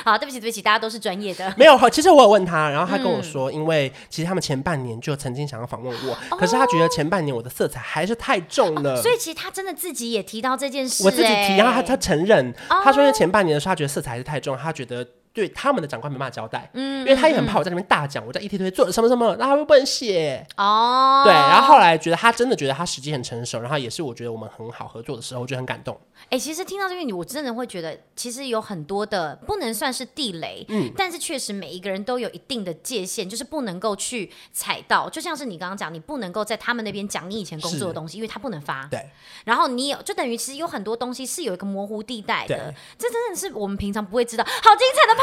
[SPEAKER 2] 好，对不起，对不起，大家都是专业的。
[SPEAKER 1] 没有？其实我有问他，然后他跟我说，因为其实他们前半年就曾经想要访问我，可是他觉得前半年我的色彩还是太重了，
[SPEAKER 2] 所以其实他真的自己也提到这件事、欸，
[SPEAKER 1] 呃我自己提，然后他他承认，他说因为前半年的时候，他觉得色彩还是太重，他觉得。对他们的长官没办法交代，嗯，因为他也很怕我在那边大讲，我在 ET 推做了什么什么，那他会不能写，
[SPEAKER 2] 哦，
[SPEAKER 1] 对，然后后来觉得他真的觉得他时机很成熟，然后也是我觉得我们很好合作的时候，我就很感动。
[SPEAKER 2] 哎、其实听到这边，你我真的会觉得，其实有很多的不能算是地雷，
[SPEAKER 1] 嗯
[SPEAKER 2] 但是确实每一个人都有一定的界限，就是不能够去踩到。就像是你刚刚讲，你不能够在他们那边讲你以前工作的
[SPEAKER 1] 是
[SPEAKER 2] 东西，因为他不能发。
[SPEAKER 1] 对，
[SPEAKER 2] 然后你有，就等于其实有很多东西是有一个模糊地带的
[SPEAKER 1] 对，
[SPEAKER 2] 这真的是我们平常不会知道。好精彩
[SPEAKER 1] *laughs*
[SPEAKER 2] 的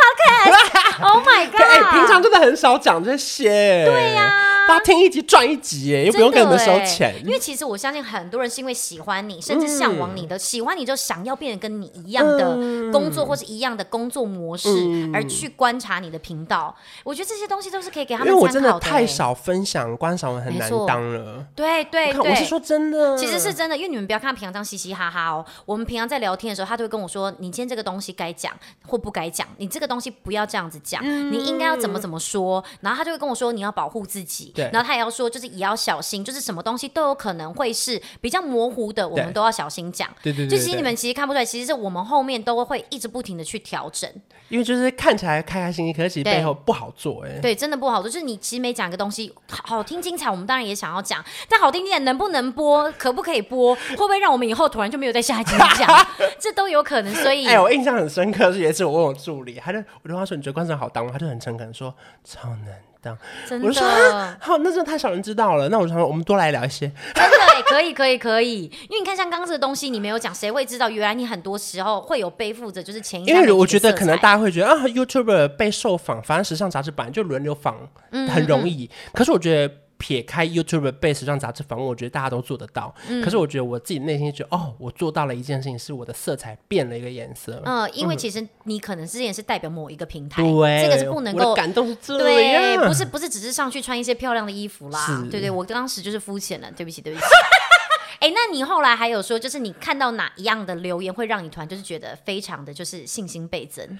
[SPEAKER 2] podcast，Oh my
[SPEAKER 1] 对，哎、
[SPEAKER 2] god！
[SPEAKER 1] 平常真的很少讲这些，对呀、大家听一集赚一集，哎，又不用跟
[SPEAKER 2] 真
[SPEAKER 1] 你
[SPEAKER 2] 的
[SPEAKER 1] 们收
[SPEAKER 2] 欸
[SPEAKER 1] 钱，嗯
[SPEAKER 2] 因为其实我相信很多人是因为喜欢你，甚至向往你的，喜欢你就想要变得跟你一样的
[SPEAKER 1] 嗯
[SPEAKER 2] 工作、或是一样的工作模式，而去观察你的频道。我觉得这些东西都是可以给他
[SPEAKER 1] 因
[SPEAKER 2] 们
[SPEAKER 1] 为我
[SPEAKER 2] 参
[SPEAKER 1] 真
[SPEAKER 2] 考
[SPEAKER 1] 的
[SPEAKER 2] 的、
[SPEAKER 1] 太。少分享，观赏文很
[SPEAKER 2] 没
[SPEAKER 1] 难
[SPEAKER 2] 错
[SPEAKER 1] 当了。
[SPEAKER 2] 对对
[SPEAKER 1] 你看，我是
[SPEAKER 2] 对。
[SPEAKER 1] 说真的，
[SPEAKER 2] 其实是真的，因为你们不要看平常这样嘻嘻哈哈哦。我们平常在聊天的时候，他都会跟我说：“你今天这个东西该讲或不该讲，你这个东西不要这样子讲，你应该要怎么怎么说。”然后他就会跟我说：“你要保护自己。”
[SPEAKER 1] 嗯对
[SPEAKER 2] 然后他也要说，就是也要小心，就是什么东西都有可能会是比较模糊的，我
[SPEAKER 1] 对
[SPEAKER 2] 们都要小心讲。
[SPEAKER 1] 对对对
[SPEAKER 2] 就
[SPEAKER 1] 对
[SPEAKER 2] 其实
[SPEAKER 1] 对
[SPEAKER 2] 你们其实看不出来，其实是我们后面都会一直不停的去调整。
[SPEAKER 1] 因为就是看起来开开心心，可是其实
[SPEAKER 2] 对
[SPEAKER 1] 背后不好做，哎，
[SPEAKER 2] 对，真的不好说。就是你其实每讲一个东西，好好听精彩，我们当然也想要讲，但好听精彩能不能播，可不可以播，会不会让我们以后突然就没有在下一集 *laughs* 讲，这都有可能。所以，
[SPEAKER 1] 哎、我印象很深刻是有一次我问我助理，他就我就跟他说你觉得观赏好当吗？他就很诚恳地说超难当。
[SPEAKER 2] 真
[SPEAKER 1] 我就说
[SPEAKER 2] 的
[SPEAKER 1] 啊，，好，那真的太少人知道了。那我就想说我们多来聊一些，
[SPEAKER 2] 哎真的、欸、可以，可以，可以。因为你看，像刚刚这个东西，你没有讲，谁会知道？原来你很多时候会有背负着就是前一
[SPEAKER 1] 因
[SPEAKER 2] 家
[SPEAKER 1] 为
[SPEAKER 2] 媒
[SPEAKER 1] 我
[SPEAKER 2] 体
[SPEAKER 1] 觉
[SPEAKER 2] 的
[SPEAKER 1] 得
[SPEAKER 2] 色
[SPEAKER 1] 可能
[SPEAKER 2] 彩
[SPEAKER 1] 大家会觉得啊，YouTuber 被受访，反正时尚杂志本来就轮流访，
[SPEAKER 2] 嗯
[SPEAKER 1] 很容易。可是我觉得。撇开 YouTube 被时尚杂志访问，我觉得大家都做得到。
[SPEAKER 2] 嗯
[SPEAKER 1] 可是我觉得我自己内心觉得，哦，我做到了一件事情，是我的色彩变了一个颜色。
[SPEAKER 2] 嗯，因为其实你可能之前是代表某一个平台，
[SPEAKER 1] 对，
[SPEAKER 2] 这个是不能
[SPEAKER 1] 我的
[SPEAKER 2] 够
[SPEAKER 1] 感动是这
[SPEAKER 2] 对，
[SPEAKER 1] 样，
[SPEAKER 2] 不是不是只是上去穿一些漂亮的衣服啦
[SPEAKER 1] 是。
[SPEAKER 2] 对对，我当时就是肤浅了，对不起对不起。 *laughs* 哎、那你后来还有说，就是你看到哪一样的留言会让你突然就是觉得非常的就是信心倍增？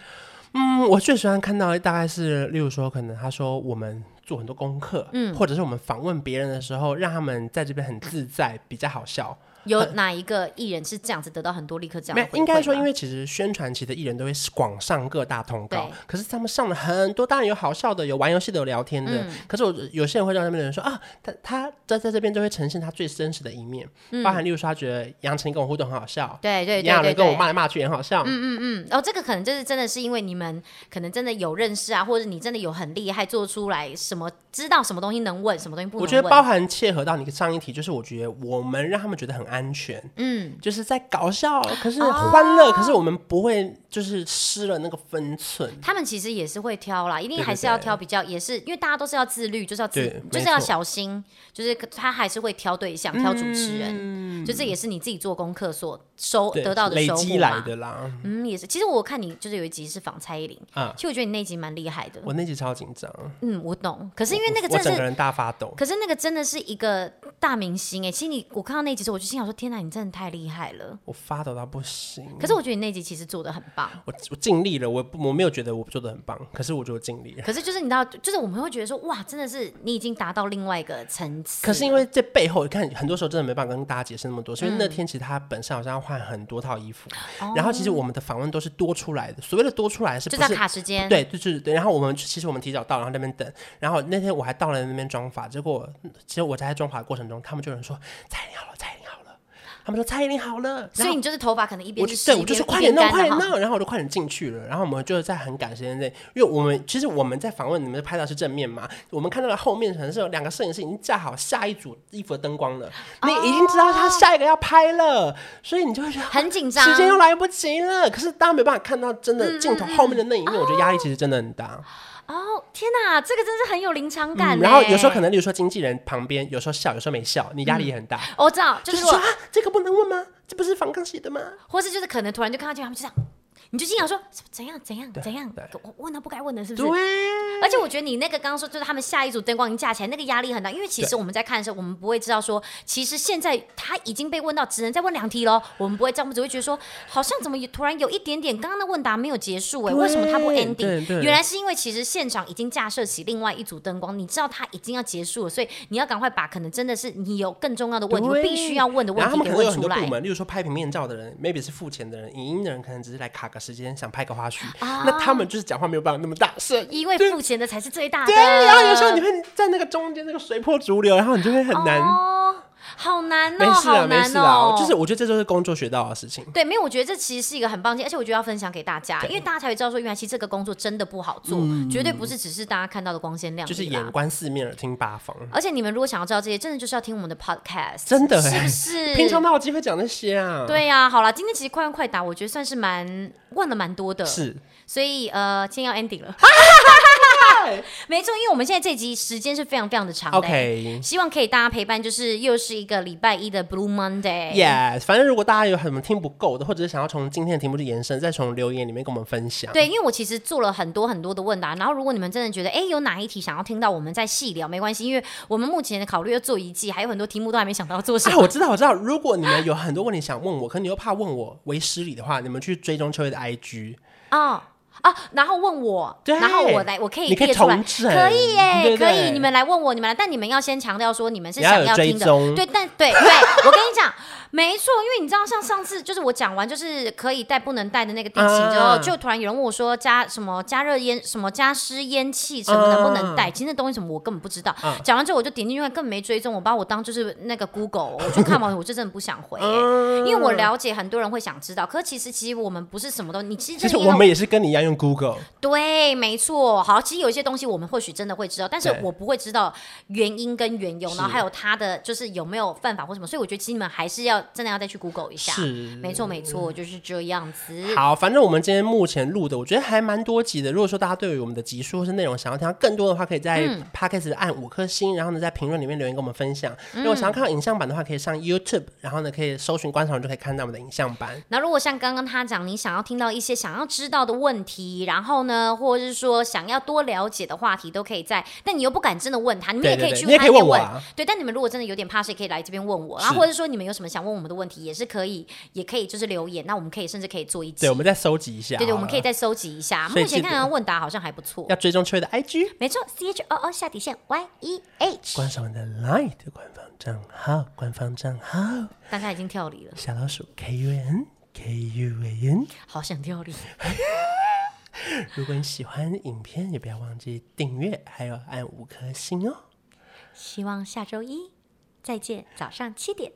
[SPEAKER 1] 嗯，我最喜欢看到的大概是，例如说，可能他说我们做很多功课，嗯，或者是我们访问别人的时候，让他们在这边很自在，比较好笑。
[SPEAKER 2] 有哪一个艺人是这样子得到很多立刻这样
[SPEAKER 1] 没
[SPEAKER 2] 的
[SPEAKER 1] 有
[SPEAKER 2] 回馈吗？
[SPEAKER 1] 应该说，因为其实宣传期的艺人都会广上各大通告
[SPEAKER 2] 对，
[SPEAKER 1] 可是他们上了很多，当然有好笑的，有玩游戏的，有聊天的。
[SPEAKER 2] 嗯
[SPEAKER 1] 可是我有些人会让他们的人说啊，他他在在这边就会呈现他最真实的一面，包含例如说他觉得杨丞琳跟我互动很好笑，
[SPEAKER 2] 嗯对对
[SPEAKER 1] 炎亚
[SPEAKER 2] 对对
[SPEAKER 1] 纶跟我
[SPEAKER 2] 对
[SPEAKER 1] 骂，来骂去也很好笑，
[SPEAKER 2] 嗯，哦，这个可能就是真的是因为你们可能真的有认识啊，或者你真的有很厉害做出来什么，知道什么东西能问，什么东西不能
[SPEAKER 1] 我
[SPEAKER 2] 问。
[SPEAKER 1] 觉得包含切合到你上一题，就是我觉得我们让他们觉得很安安全，
[SPEAKER 2] 嗯，啊
[SPEAKER 1] 就是在搞笑，可是欢乐，可是我们不会就是失了那个分寸。
[SPEAKER 2] 他们其实也是会挑啦，一定
[SPEAKER 1] 对对
[SPEAKER 2] 还是要
[SPEAKER 1] 对
[SPEAKER 2] 挑比较，也是因为大家都是要自律，就是要自
[SPEAKER 1] 对，
[SPEAKER 2] 就
[SPEAKER 1] 没
[SPEAKER 2] 是
[SPEAKER 1] 错
[SPEAKER 2] 要小心，就是他还是会挑对象、挑主持人，就这也是你自己做功课所收
[SPEAKER 1] 嗯对
[SPEAKER 2] 得到的
[SPEAKER 1] 累
[SPEAKER 2] 收获
[SPEAKER 1] 积
[SPEAKER 2] 嘛
[SPEAKER 1] 来的啦，
[SPEAKER 2] 嗯，也是。其实我看你就是有一集是访蔡依林，
[SPEAKER 1] 啊
[SPEAKER 2] 其实我觉得你那集蛮厉害的。
[SPEAKER 1] 我那集超紧张，
[SPEAKER 2] 嗯，我懂。可是因为那个
[SPEAKER 1] 我
[SPEAKER 2] 真
[SPEAKER 1] 整
[SPEAKER 2] 的
[SPEAKER 1] 个
[SPEAKER 2] 是，
[SPEAKER 1] 人大发抖。
[SPEAKER 2] 可是那个真的是一个大明星哎、其实你我看到那集时候，我就心想说：天哪，你真的太厉害了！
[SPEAKER 1] 我发抖到不行，
[SPEAKER 2] 可是我觉得你那集其实做的很棒。
[SPEAKER 1] 我我尽力了，我不我没有觉得我做的很棒，可是我觉得我尽力了。
[SPEAKER 2] 可是就是你知道，就是我们会觉得说，哇，真的是你已经达到另外一个层次了。
[SPEAKER 1] 可是因为这背后，你看很多时候真的没办法跟大家解释那么多，所以那天其实他本身好像要换很多套衣服，然后其实我们的访问都是多出来的，所谓的多出来是
[SPEAKER 2] 哦就
[SPEAKER 1] 不
[SPEAKER 2] 在
[SPEAKER 1] 是
[SPEAKER 2] 卡时间，，
[SPEAKER 1] 对，就是对。然后我们其实我们提早到，然后在那边等。然后那天我还到了那边妆发，结果其实我在妆发的过程中，他们就有人说蔡依林好了，蔡依林好了。他们说蔡依林好了，
[SPEAKER 2] 所以你就是头发可能一边
[SPEAKER 1] 我就是对
[SPEAKER 2] 湿
[SPEAKER 1] 我就
[SPEAKER 2] 一
[SPEAKER 1] 是
[SPEAKER 2] 边
[SPEAKER 1] 快点弄，快点。
[SPEAKER 2] 一边干的哈
[SPEAKER 1] 弄，然后我就快点进去了。然后我们就在很赶时间内，因为我们其实我们在访问你们拍到是正面嘛，我们看到了后面可能是有两个摄影师已经架好下一组衣服的灯光了，你已经知道他下一个要拍了，所以你就会觉得
[SPEAKER 2] 哦很紧张嗯
[SPEAKER 1] 时间又来不及了。可是大家没办法看到真的镜头后面的那一面，我觉得压力其实真的很大。
[SPEAKER 2] 哦，天哪，这个真是很有临场感、
[SPEAKER 1] 嗯
[SPEAKER 2] 欸
[SPEAKER 1] 然后有时候可能，例如说经纪人旁边，有时候笑，有时候没笑，你压力也很大。
[SPEAKER 2] 哦我知道，就
[SPEAKER 1] 就是是
[SPEAKER 2] 说，
[SPEAKER 1] 说啊，这个不能问吗？这不是房刚写的吗？
[SPEAKER 2] 或是就是可能突然就看到这个他们就这样，你就心想说怎样怎样怎样
[SPEAKER 1] 对，
[SPEAKER 2] 我问到不该问的，是不是？
[SPEAKER 1] 对。
[SPEAKER 2] 而且我觉得你那个刚刚说，就是他们下一组灯光已经架起来，那个压力很大，因为其实我们在看的时候，我们不会知道说，其实现在他已经被问到，只能再问两题喽。我们不会这样，我们只会觉得说，好像怎么也突然有一点点，刚刚的问答没有结束哎、
[SPEAKER 1] 对
[SPEAKER 2] 为什么他不
[SPEAKER 1] 对
[SPEAKER 2] ending？
[SPEAKER 1] 对
[SPEAKER 2] 原来是因为其实现场已经架设起另外一组灯光，你知道他已经要结束了，所以你要赶快把可能真的是你有更重要的问题，
[SPEAKER 1] 对
[SPEAKER 2] 必须要问的问
[SPEAKER 1] 然后他
[SPEAKER 2] 题
[SPEAKER 1] 们可能
[SPEAKER 2] 给
[SPEAKER 1] 有
[SPEAKER 2] 问
[SPEAKER 1] 很
[SPEAKER 2] 出
[SPEAKER 1] 多部
[SPEAKER 2] 来。
[SPEAKER 1] 门，例如说拍平面照的人，maybe 是付钱的人，影音的人可能只是来卡个时间，想拍个花絮。
[SPEAKER 2] 啊
[SPEAKER 1] 那他们就是讲话没有办法那么大声。
[SPEAKER 2] 因为付钱的才是最大的。
[SPEAKER 1] 对，然后有时候你会在那个中间那个随波逐流，然后你就会很难。
[SPEAKER 2] 哦，好难
[SPEAKER 1] 没
[SPEAKER 2] 哦，
[SPEAKER 1] 事啊，
[SPEAKER 2] 好
[SPEAKER 1] 没
[SPEAKER 2] 难
[SPEAKER 1] 事
[SPEAKER 2] 哦
[SPEAKER 1] 啊，，就是我觉得这就是工作学到的事情。
[SPEAKER 2] 对，没有，我觉得这其实是一个很棒的建议，而且我觉得要分享给大家，因为大家才会知道说，原来其实这个工作真的不好做，绝对不是只是大家看到的光鲜亮
[SPEAKER 1] 嗯
[SPEAKER 2] 丽
[SPEAKER 1] 就是
[SPEAKER 2] 啦。
[SPEAKER 1] 眼观四面，耳听八方。
[SPEAKER 2] 而且你们如果想要知道这些，真的就是要听我们的 podcast，
[SPEAKER 1] 真的
[SPEAKER 2] 是
[SPEAKER 1] 欸
[SPEAKER 2] 不是？
[SPEAKER 1] 平常哪有机会讲那些啊？，
[SPEAKER 2] 对呀、好啦，今天其实快问快答，我觉得算是蛮问了蛮多的，
[SPEAKER 1] 是
[SPEAKER 2] 所以呃，今天要
[SPEAKER 1] *laughs*
[SPEAKER 2] ending 了。没错，因为我们现在这集时间是非常非常的长的欸、
[SPEAKER 1] OK。
[SPEAKER 2] 希望可以大家陪伴，就是又是一个礼拜一的 Blue Monday。
[SPEAKER 1] Yes，反正如果大家有什么听不够的，或者是想要从今天的题目去延伸，再从留言里面跟我们分享。
[SPEAKER 2] 对，因为我其实做了很多很多的问答，然后如果你们真的觉得，哎，有哪一题想要听到，我们再细聊，没关系，因为我们目前的考虑要做一季，还有很多题目都还没想到做
[SPEAKER 1] *laughs*
[SPEAKER 2] 什
[SPEAKER 1] 啊，
[SPEAKER 2] 么。
[SPEAKER 1] 我知道，我知道。如果你们有很多问题想问我，可你又怕问我为失礼的话，你们去追踪秋叶的 IG，
[SPEAKER 2] 哦哦，然后问我，
[SPEAKER 1] 哎对
[SPEAKER 2] 然后我来，我可以
[SPEAKER 1] 你可以
[SPEAKER 2] 哎列出来，
[SPEAKER 1] 重整
[SPEAKER 2] 可以耶，
[SPEAKER 1] 对不
[SPEAKER 2] 可以，
[SPEAKER 1] 对
[SPEAKER 2] 你们来问我，你们来，但你们要先强调说你们是
[SPEAKER 1] 你要
[SPEAKER 2] 想
[SPEAKER 1] 有
[SPEAKER 2] 要
[SPEAKER 1] 追
[SPEAKER 2] 听的，
[SPEAKER 1] 踪
[SPEAKER 2] 对，但对 *laughs* 对，我跟你讲，没错，因为你知道，像上次就是我讲完就是可以带不能带的那个地形之后，
[SPEAKER 1] 啊
[SPEAKER 2] 就突然有人问我说加什么加热烟什么加湿烟气什么能不
[SPEAKER 1] 嗯
[SPEAKER 2] 能带，其实那东西什么我根本不知道。
[SPEAKER 1] 啊
[SPEAKER 2] 讲完之后我就点进去看，根本没追踪，我把我当就是那个 Google，我就看完我就真的不
[SPEAKER 1] *laughs*
[SPEAKER 2] 想回、
[SPEAKER 1] 啊
[SPEAKER 2] 欸，因为我了解很多人会想知道，可是其实其实我们不是什么都，你其实
[SPEAKER 1] 其
[SPEAKER 2] 真
[SPEAKER 1] 实
[SPEAKER 2] 的
[SPEAKER 1] 我
[SPEAKER 2] 要
[SPEAKER 1] 们也是跟你一样用 Google，
[SPEAKER 2] 对，没错。好，其实有一些东西我们或许真的会知道，但是
[SPEAKER 1] 对
[SPEAKER 2] 我不会知道原因跟缘由，然后
[SPEAKER 1] 是
[SPEAKER 2] 还有它的就是有没有犯法或什么。所以我觉得其实你们还是要真的要再去 Google 一下。
[SPEAKER 1] 是
[SPEAKER 2] 没错，没错，就是这样子。
[SPEAKER 1] 好，反正我们今天目前录的，我觉得还蛮多集的。如果说大家对于我们的集数或是内容想要听到更多的话，可以在
[SPEAKER 2] 嗯
[SPEAKER 1] Podcast 按五颗星，然后呢在评论里面留言跟我们分享。如
[SPEAKER 2] 嗯
[SPEAKER 1] 果想要看到影像版的话，可以上 YouTube，然后呢可以搜寻观察人就可以看到我们的影像版。
[SPEAKER 2] 那如果像刚刚他讲，你想要听到一些想要知道的问题，然后呢，或者是说想要多了解的话题，都可以在，但你又不敢真的问他，你们也
[SPEAKER 1] 对
[SPEAKER 2] 可以
[SPEAKER 1] 对对
[SPEAKER 2] 去
[SPEAKER 1] 你也可以
[SPEAKER 2] 他那边
[SPEAKER 1] 问我啊
[SPEAKER 2] 对，但你们如果真的有点怕，是也可以来这边问我，然后
[SPEAKER 1] 是
[SPEAKER 2] 或者说你们有什么想问我们的问题，也是可以，也可以就是留言，那我们可以甚至可以做一集
[SPEAKER 1] 对，我。们再收集一下。
[SPEAKER 2] 对对，
[SPEAKER 1] 好
[SPEAKER 2] 我们
[SPEAKER 1] 了
[SPEAKER 2] 可以再收集一下。
[SPEAKER 1] 所以
[SPEAKER 2] 目前
[SPEAKER 1] 记得
[SPEAKER 2] 看看问答好像还不错
[SPEAKER 1] 要。追踪秋叶的 IG，
[SPEAKER 2] 没错，C H O O 下底线 Y E H，
[SPEAKER 1] 观赏我们的 Line 的官方账号，官方账号。
[SPEAKER 2] 大家已经跳离了，
[SPEAKER 1] 小老鼠 K U N K U A N。
[SPEAKER 2] 好想跳离。
[SPEAKER 1] 如果你喜欢影片，也不要忘记订阅，还有按五颗星哦。
[SPEAKER 2] 希望下周一再见，早上七点。